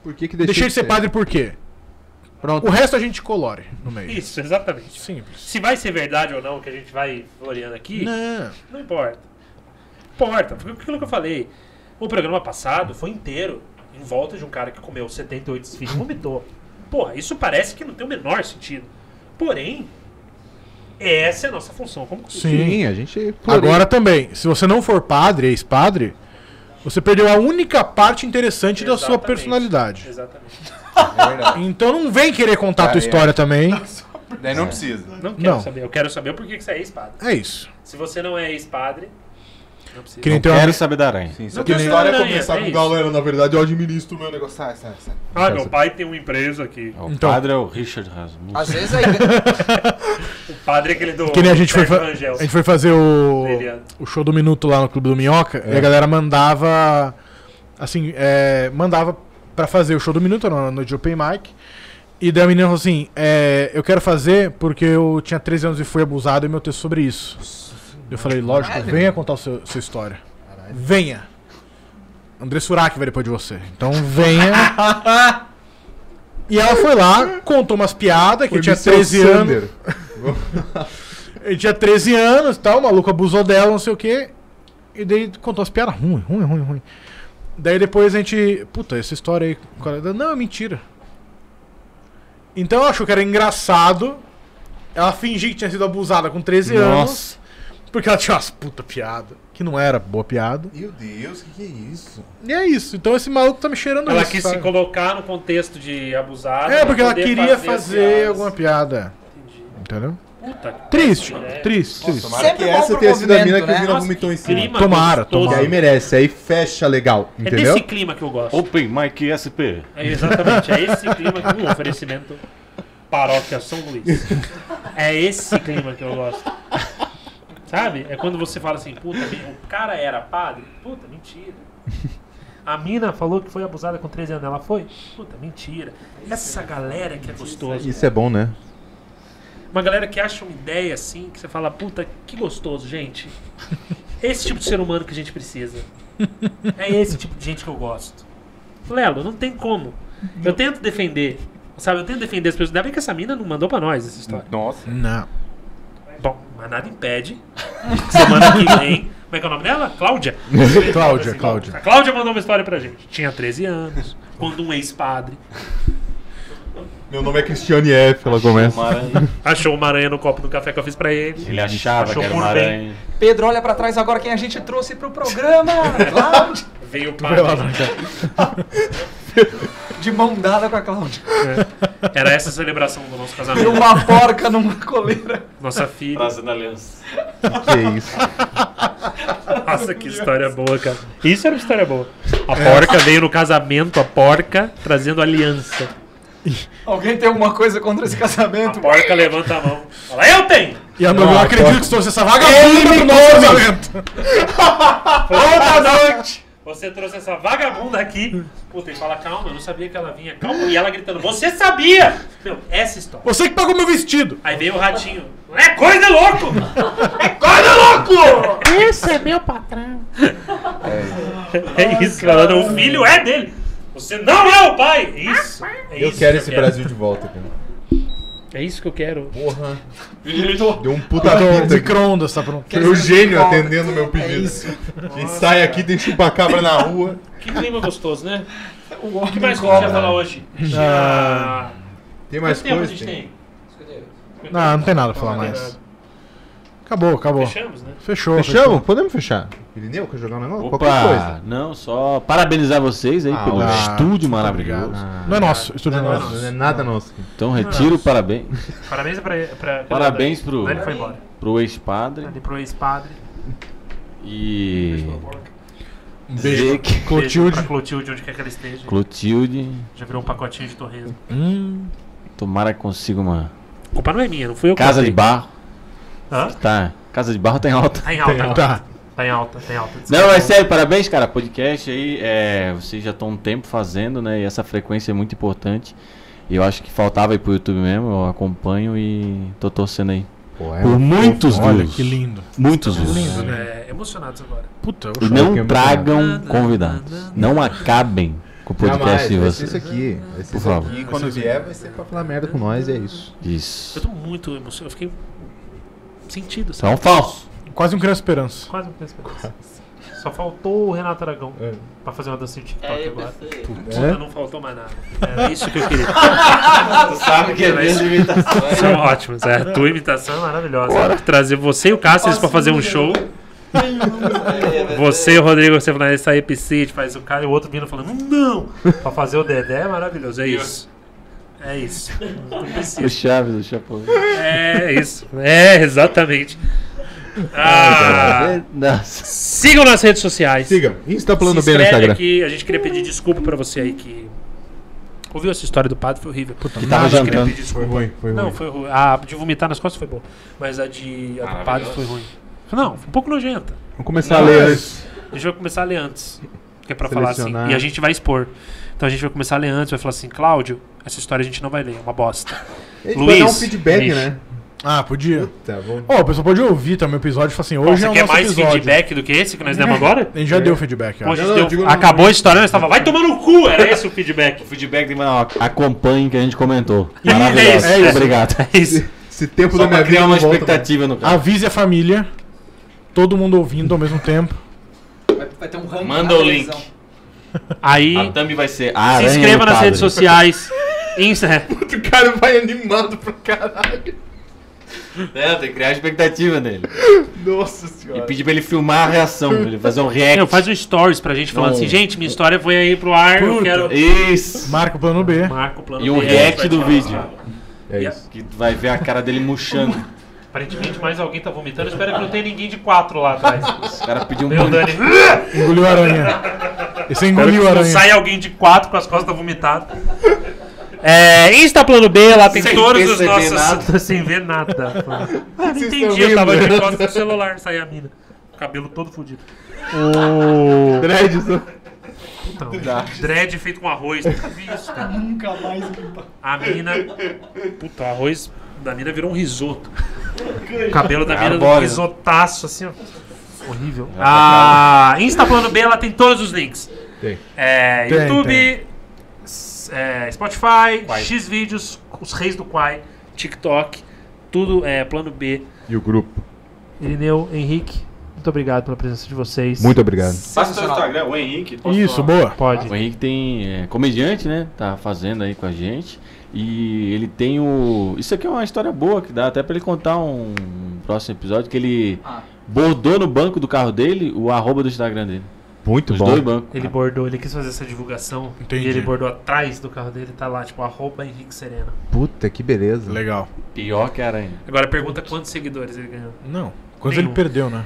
Speaker 7: Por que que
Speaker 1: Deixei de ser padre por quê?
Speaker 7: Pronto.
Speaker 1: O resto a gente colore no meio.
Speaker 2: Isso, exatamente.
Speaker 1: Simples.
Speaker 2: Se vai ser verdade ou não o que a gente vai floreando aqui, não,
Speaker 1: Não.
Speaker 2: importa. Importa, porque aquilo que eu falei, o programa passado foi inteiro em volta de um cara que comeu 78 esfirras e vomitou. Porra, isso parece que não tem o menor sentido. Porém, essa é a nossa função como
Speaker 1: Sim.
Speaker 7: Sim, é a gente.
Speaker 1: Agora também, se você não for padre, ex-padre, você perdeu a única parte interessante da sua
Speaker 2: Exatamente.
Speaker 1: personalidade.
Speaker 2: Exatamente.
Speaker 1: Então não vem querer contar a tua
Speaker 7: Ah, é.
Speaker 1: história também.
Speaker 7: Daí É. não precisa.
Speaker 2: Não quero
Speaker 1: Não.
Speaker 2: saber, eu quero saber por que que você é ex-padre.
Speaker 1: É isso.
Speaker 2: Se você não é ex-padre, não precisa.
Speaker 1: Que nem teu
Speaker 3: Quero
Speaker 1: Então, amigo-
Speaker 3: saber da aranha.
Speaker 7: Sim, só
Speaker 2: Não
Speaker 7: que a
Speaker 2: tem
Speaker 7: história é
Speaker 2: aranha,
Speaker 7: começar
Speaker 2: é
Speaker 7: com
Speaker 2: isso.
Speaker 7: galera, na verdade, eu administro o meu negócio. Sai, sai, sai.
Speaker 2: Ah, meu pai tem uma empresa aqui.
Speaker 3: O
Speaker 1: Então.
Speaker 3: padre é o Richard Rasmussen.
Speaker 4: Às vezes a igreja...
Speaker 2: O padre é aquele do.
Speaker 1: Que nem a gente foi, fa-
Speaker 2: Sérgio Rangel.
Speaker 1: a gente foi fazer o,
Speaker 2: Brilhante.
Speaker 1: o show do Minuto lá no Clube do Minhoca e a galera mandava. Assim, é, mandava pra fazer o show do Minuto, era uma noite de open mic. E daí a menina falou assim: é, Eu quero fazer porque eu tinha 13 anos e fui abusado e meu texto sobre isso. Eu falei: Lógico,
Speaker 4: Caralho.
Speaker 1: venha contar a sua, sua história. Venha. André Surak vai depois de você. Então venha. e ela foi lá, contou umas piadas que eu
Speaker 7: é
Speaker 1: tinha 13 anos. Ele tinha 13 anos e tal, o maluco abusou dela, não sei o quê. E daí contou as piadas ruim, ruim, ruim, ruim. Daí depois a gente. Puta, essa história aí. com o cara da- Não, é mentira. Então ela achou que era engraçado. Ela fingiu que tinha sido abusada com 13 anos. Porque ela tinha umas puta piada. Que não era boa piada.
Speaker 7: Meu Deus, o que, que é isso?
Speaker 1: E é isso. Então esse maluco tá me cheirando
Speaker 2: Ela
Speaker 1: isso,
Speaker 2: quis
Speaker 1: sabe?
Speaker 2: se colocar no contexto de abusado.
Speaker 1: É,
Speaker 2: pra
Speaker 1: porque ela
Speaker 2: poder
Speaker 1: queria
Speaker 2: as
Speaker 1: fazer
Speaker 2: piadas.
Speaker 1: alguma piada.
Speaker 2: Entendi.
Speaker 1: Entendeu?
Speaker 2: Puta que
Speaker 1: Triste,
Speaker 2: pariu,
Speaker 1: mano.
Speaker 2: né?
Speaker 1: Triste, triste.
Speaker 7: Tomara
Speaker 4: Sempre
Speaker 7: que
Speaker 4: bom
Speaker 7: essa
Speaker 4: pro
Speaker 7: tenha sido a mina
Speaker 4: movimento,
Speaker 7: que o
Speaker 4: né?
Speaker 7: Vila
Speaker 2: Nossa,
Speaker 7: vomitou em
Speaker 2: que
Speaker 7: cima.
Speaker 2: clima
Speaker 1: Tomara,
Speaker 2: gostoso.
Speaker 7: E aí merece, aí fecha legal,
Speaker 2: É
Speaker 7: entendeu?
Speaker 2: desse clima que eu gosto.
Speaker 3: Open Mike SP.
Speaker 2: É exatamente, é esse clima que um oferecimento paróquia São Luís. É esse clima que eu gosto. Sabe? É quando você fala assim, puta, o cara era padre? Puta, mentira. A mina falou que foi abusada com 13 anos, ela foi? Puta, mentira. Essa galera que é gostoso.
Speaker 7: Isso é bom, né?
Speaker 2: Uma galera que acha uma ideia assim, que você fala, puta, que gostoso, gente. Esse tipo de ser humano que a gente precisa. É esse tipo de gente que eu gosto. Lelo, não tem como. Eu tento defender. Sabe, eu tento defender as pessoas. Ainda bem que essa mina não mandou pra nós essa história.
Speaker 5: Nossa.
Speaker 1: Não.
Speaker 2: Bom, mas nada impede. Semana que vem. Como é que é o nome dela? Cláudia.
Speaker 1: Cláudia,
Speaker 2: Assim,
Speaker 1: Cláudia.
Speaker 2: A Cláudia mandou uma história pra gente. Tinha 13 anos, quando um ex-padre
Speaker 7: Meu nome é Cristiane F, ela começa.
Speaker 2: achou uma aranha no copo do café que eu fiz pra ele.
Speaker 3: Ele achava
Speaker 2: Achou
Speaker 3: que era
Speaker 2: por
Speaker 3: uma
Speaker 2: bem.
Speaker 3: aranha.
Speaker 4: Pedro, olha pra trás agora quem a gente trouxe pro programa. Cláudia.
Speaker 2: Veio o padre.
Speaker 4: De mão dada com a Cláudia.
Speaker 2: Era essa a celebração do nosso
Speaker 4: E
Speaker 2: casamento.
Speaker 4: uma porca numa coleira.
Speaker 2: Nossa filha.
Speaker 3: Fazendo aliança.
Speaker 7: que é isso?
Speaker 2: Nossa, que história boa, cara. Isso era uma história boa. A porca veio no casamento, a porca trazendo aliança.
Speaker 4: Alguém tem alguma coisa contra esse
Speaker 2: A
Speaker 4: casamento?
Speaker 2: porca levanta a mão. Fala, eu tenho!
Speaker 1: E a Manu, eu acredito que você trouxe essa vagabunda
Speaker 4: Ele
Speaker 1: pro nosso casamento.
Speaker 2: Toda noite! Você trouxe essa vagabunda aqui. Puta, e fala, calma, eu não sabia que ela vinha. Calma. E ela gritando, você sabia! Meu, essa história.
Speaker 1: Você que pagou meu vestido.
Speaker 2: Aí veio o ratinho. É coisa louco! É coisa louco!
Speaker 8: Esse é meu patrão.
Speaker 2: É isso, falando, o filho é dele. Você não é o pai! Isso! É
Speaker 7: Eu
Speaker 2: isso
Speaker 7: quero esse Brasil de volta, cara.
Speaker 2: É isso que eu quero.
Speaker 7: Porra. Deu um puta
Speaker 1: Então,
Speaker 7: pinta. aqui.
Speaker 1: micro-ondas, tá pronto.
Speaker 7: Foi o gênio atendendo meu pedido. Quem sai aqui tem chupacabra na rua.
Speaker 2: Que clima gostoso, né? O que mais que a gente vai falar hoje? Já...
Speaker 7: Tem mais
Speaker 2: Quanto tempo a
Speaker 7: coisa?
Speaker 2: gente
Speaker 7: Tem.
Speaker 2: tem?
Speaker 1: Não, não tem nada pra falar mais. Acabou, acabou.
Speaker 2: Fechamos, né?
Speaker 1: Fechou.
Speaker 7: Fechamos? Podemos fechar? Irineu, quer jogar um negócio? Qualquer coisa.
Speaker 3: Opa, não, só parabenizar vocês aí
Speaker 7: Ah,
Speaker 3: pelo
Speaker 7: olá.
Speaker 3: estúdio maravilhoso.
Speaker 7: Ah,
Speaker 1: Não é nosso, estúdio
Speaker 7: não,
Speaker 1: não
Speaker 7: é
Speaker 1: é
Speaker 7: nosso,
Speaker 1: nosso.
Speaker 7: não é nada nosso.
Speaker 3: Então retiro o parabéns
Speaker 2: Parabéns pra... pra Né,
Speaker 3: Parabéns pro-
Speaker 2: Ele foi embora.
Speaker 3: pro ex-padre
Speaker 2: Ele pro ex-padre.
Speaker 3: e
Speaker 7: Um
Speaker 3: dizer que
Speaker 2: Clotilde. Pra Clotilde, onde quer que ela esteja.
Speaker 3: Clotilde,
Speaker 2: Já virou um pacotinho de torresmo.
Speaker 3: tomara que consiga uma
Speaker 2: A culpa não é minha, não fui eu que
Speaker 3: casa de
Speaker 2: comprei.
Speaker 3: barro.
Speaker 2: Hã?
Speaker 3: Tá, casa de barro tem alta.
Speaker 2: Tá em alta. agora.
Speaker 1: Tá.
Speaker 2: Tá em alta, tá em alta. Desculpa.
Speaker 3: Não, mas sério, parabéns, cara. Podcast aí, é, vocês já estão um tempo fazendo, né? E essa frequência é muito importante. E eu acho que faltava aí pro YouTube mesmo, eu acompanho e tô torcendo aí. Por muitos
Speaker 1: um Olha
Speaker 3: views.
Speaker 1: que lindo.
Speaker 3: Muitos views.
Speaker 1: Lindo, né?
Speaker 2: É, emocionados agora.
Speaker 1: Puta,
Speaker 3: E
Speaker 1: eu
Speaker 7: que é
Speaker 3: não
Speaker 7: muito
Speaker 3: tragam convidados. Não acabem com o podcast de
Speaker 7: vai ser isso
Speaker 3: vocês.
Speaker 7: aqui. Vai ser
Speaker 3: Por
Speaker 7: isso
Speaker 3: favor.
Speaker 7: aqui. Quando vier, vai ser pra falar merda com nós, é isso.
Speaker 2: Eu
Speaker 3: Isso.
Speaker 2: tô muito emocionado. Eu fiquei sentido,
Speaker 3: Isso é
Speaker 2: sabe?
Speaker 3: um falso.
Speaker 1: quase um Criança Esperança.
Speaker 2: Quase não tem esperança. Só faltou o Renato Aragão
Speaker 7: É.
Speaker 2: pra fazer uma dança de
Speaker 6: É,
Speaker 2: TikTok
Speaker 6: eu
Speaker 2: agora.
Speaker 6: pensei.
Speaker 2: Puta, não faltou mais nada. Era É isso que eu queria.
Speaker 3: Sabe que
Speaker 2: é mesmo
Speaker 3: imitação.
Speaker 2: São ótimos. É, a tua imitação é maravilhosa. Trazer você e o Cássio pra fazer um show. Você e o Rodrigo, você falando é essa epicite, faz o cara e o outro vindo falando, não! Pra fazer o Dedé é maravilhoso, é isso. É isso. Não precisa.
Speaker 3: O Chaves, o Chapolin.
Speaker 2: É isso. É, exatamente.
Speaker 7: é
Speaker 2: Ah,
Speaker 3: Nossa.
Speaker 2: sigam nas redes sociais.
Speaker 7: Siga. Insta Plano
Speaker 2: Se
Speaker 7: B tá no
Speaker 2: inscreve
Speaker 7: Instagram.
Speaker 2: aqui. A gente queria pedir desculpa pra você aí que ouviu essa história do padre, foi horrível.
Speaker 1: Puta,
Speaker 3: Que
Speaker 1: nada.
Speaker 3: tava
Speaker 2: a gente queria
Speaker 3: jantando.
Speaker 2: pedir
Speaker 7: Foi
Speaker 2: desculpa.
Speaker 7: ruim, foi ruim.
Speaker 2: Não, foi ruim. A de vomitar nas costas foi boa. Mas a de a do padre foi ruim. Não, foi um pouco nojenta.
Speaker 7: Vamos começar a ler antes.
Speaker 2: A gente vai começar a ler antes. Que é pra falar assim.
Speaker 7: Selecionar.
Speaker 2: E a gente vai expor. Então a gente vai começar a ler antes, vai falar assim, Cláudio, Essa história a gente não vai ler, é uma bosta.
Speaker 7: A gente
Speaker 2: Luiz,
Speaker 7: vai dar um feedback,
Speaker 2: Luiz.
Speaker 7: né?
Speaker 1: Ah, podia.
Speaker 7: Tá, vamos.
Speaker 1: Ó, o pessoal pode ouvir também o episódio e falar assim,
Speaker 2: Pô,
Speaker 1: hoje
Speaker 2: Você
Speaker 1: é o
Speaker 2: quer
Speaker 1: nosso
Speaker 2: mais
Speaker 1: episódio.
Speaker 2: feedback do que esse que nós demos agora?
Speaker 1: A gente já deu feedback, ó.
Speaker 2: Pô, a gente
Speaker 7: Não, não,
Speaker 2: deu-
Speaker 7: eu digo no-
Speaker 2: Acabou a história, nós tava, vai tomar no cu, era esse o feedback.
Speaker 3: O feedback tem que mandar, ó, acompanhe que a gente comentou.
Speaker 2: Isso,
Speaker 3: Maravilhoso.
Speaker 2: é isso.
Speaker 3: Obrigado.
Speaker 2: É isso.
Speaker 7: Esse tempo
Speaker 3: Só
Speaker 7: da minha
Speaker 3: pra
Speaker 7: vida
Speaker 3: criar uma
Speaker 7: não volta
Speaker 3: expectativa no cara.
Speaker 1: Avise a família. Todo mundo ouvindo ao mesmo tempo.
Speaker 4: Vai, vai ter um ranking
Speaker 3: Manda
Speaker 4: na
Speaker 3: o link.
Speaker 4: televisão.
Speaker 2: Aí,
Speaker 3: A thumb vai
Speaker 2: se
Speaker 3: ser aranha
Speaker 2: inscreva
Speaker 3: no
Speaker 2: nas
Speaker 3: quadro.
Speaker 2: redes sociais. Insta.
Speaker 7: mais. O cara vai animado pra caralho.
Speaker 3: É, tem que criar expectativa nele.
Speaker 7: Nossa
Speaker 3: E
Speaker 7: senhora.
Speaker 3: pedir pra ele filmar a reação, pra ele fazer um react.
Speaker 2: Meu, faz um stories pra gente falando
Speaker 3: Não.
Speaker 2: assim, gente, minha história foi aí pro ar, eu
Speaker 1: Puta.
Speaker 2: quero...
Speaker 3: Isso.
Speaker 1: Marca o plano B.
Speaker 2: Marco o plano
Speaker 3: E um
Speaker 2: B,
Speaker 3: react
Speaker 2: vai
Speaker 3: do
Speaker 2: falar.
Speaker 3: vídeo.
Speaker 7: É
Speaker 2: Yeah.
Speaker 7: isso.
Speaker 3: Que tu vai ver a cara dele murchando.
Speaker 2: Aparentemente mais alguém tá vomitando, espero que não tenha ninguém de quatro lá atrás.
Speaker 3: O cara pediu um
Speaker 2: Meu
Speaker 3: pano.
Speaker 2: Dani.
Speaker 1: Engoliu a aranha. Esse engoliu a
Speaker 2: Não
Speaker 1: aranha.
Speaker 2: sai alguém de quatro com as costas vomitadas. É, Insta Plano B, lá tem
Speaker 3: Sem
Speaker 2: todos os
Speaker 3: perceber
Speaker 2: nossos.
Speaker 3: nada.
Speaker 2: Sem ver nada. Eu não
Speaker 7: estão
Speaker 2: entendi, eu
Speaker 7: vendo?
Speaker 2: tava de costas no celular, saiu a mina. O cabelo todo fudido.
Speaker 7: Dreads, né?
Speaker 2: Então, dread feito com arroz. Nunca vi isso, cara. Nunca mais. A mina. Puta, o arroz da mina virou um risoto. O cabelo
Speaker 7: É
Speaker 2: da mina virou um
Speaker 3: Arbóreo.
Speaker 2: risotaço, assim, ó. Horrível. Ah, Insta Plano B, ela tem todos os links.
Speaker 7: Tem.
Speaker 2: É,
Speaker 1: Tem,
Speaker 2: YouTube,
Speaker 1: tem.
Speaker 2: s- é, Spotify, Xvideos, Os Reis do Quai, TikTok, tudo é Plano B.
Speaker 7: E o grupo.
Speaker 2: Irineu, Henrique, muito obrigado pela presença de vocês.
Speaker 7: Muito obrigado.
Speaker 3: Passa o teu
Speaker 4: Sensacional.
Speaker 3: Instagram, o Henrique. posso
Speaker 1: Isso,
Speaker 3: falar?
Speaker 1: boa.
Speaker 2: Pode.
Speaker 3: O Henrique tem é, comediante, né? Tá fazendo aí com a gente. E ele tem o. Isso aqui é uma história boa que dá até pra ele contar um próximo episódio que ele
Speaker 4: Ah.
Speaker 3: bordou no banco do carro dele o arroba do Instagram dele.
Speaker 7: Muito
Speaker 3: Os
Speaker 7: bom.
Speaker 3: dois bancos.
Speaker 2: Ele bordou, ele quis fazer essa divulgação.
Speaker 1: Entendi.
Speaker 2: E ele bordou atrás do carro dele, tá lá, tipo, arroba Henrique Serena.
Speaker 7: Puta, que beleza.
Speaker 1: Legal.
Speaker 3: Pior que a aranha.
Speaker 2: Agora pergunta quantos seguidores ele ganhou.
Speaker 1: Não. Quantos
Speaker 2: Nenhum.
Speaker 1: ele perdeu, né?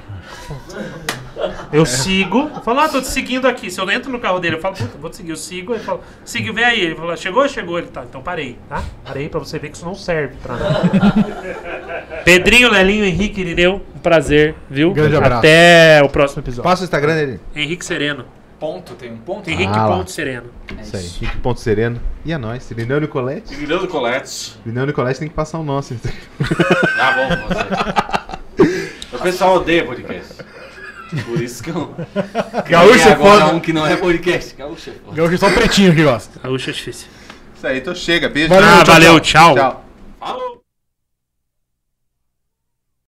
Speaker 2: Eu sigo, eu falo, ah, tô te seguindo aqui. Se eu entro no carro dele, eu falo, puta, vou te seguir, eu sigo. Ele fala, seguiu, vem aí. Ele fala, chegou, chegou. Ele tá, então parei, tá? Parei pra você ver que isso não serve pra nada. Pedrinho, Lelinho, Henrique, Irineu, um prazer, viu?
Speaker 1: Grande abraço.
Speaker 2: Até o próximo episódio.
Speaker 7: Passa o Instagram dele.
Speaker 2: Henrique Sereno.
Speaker 4: Ponto, tem um ponto?
Speaker 2: Henrique
Speaker 7: Ah, lá.
Speaker 2: Ponto Sereno.
Speaker 4: É
Speaker 7: Isso aí. Henrique Ponto Sereno. E é nóis. Irineu Nicolete.
Speaker 3: Virando coletes.
Speaker 7: Irineu Nicolete tem que passar o nosso. então. Instagram.
Speaker 3: Tá bom, você. O pessoal odeia podcast. Por isso que eu.
Speaker 7: Gaúcho é agora foda. um
Speaker 3: um que não é podcast. Gaúcho é foda.
Speaker 1: Gaúcho é só o pretinho que gosta.
Speaker 2: Gaúcho é difícil.
Speaker 5: Isso aí, então chega. Beijo.
Speaker 1: Valeu,
Speaker 2: Ah,
Speaker 1: tchau,
Speaker 2: valeu,
Speaker 1: tchau.
Speaker 2: tchau.
Speaker 5: Tchau.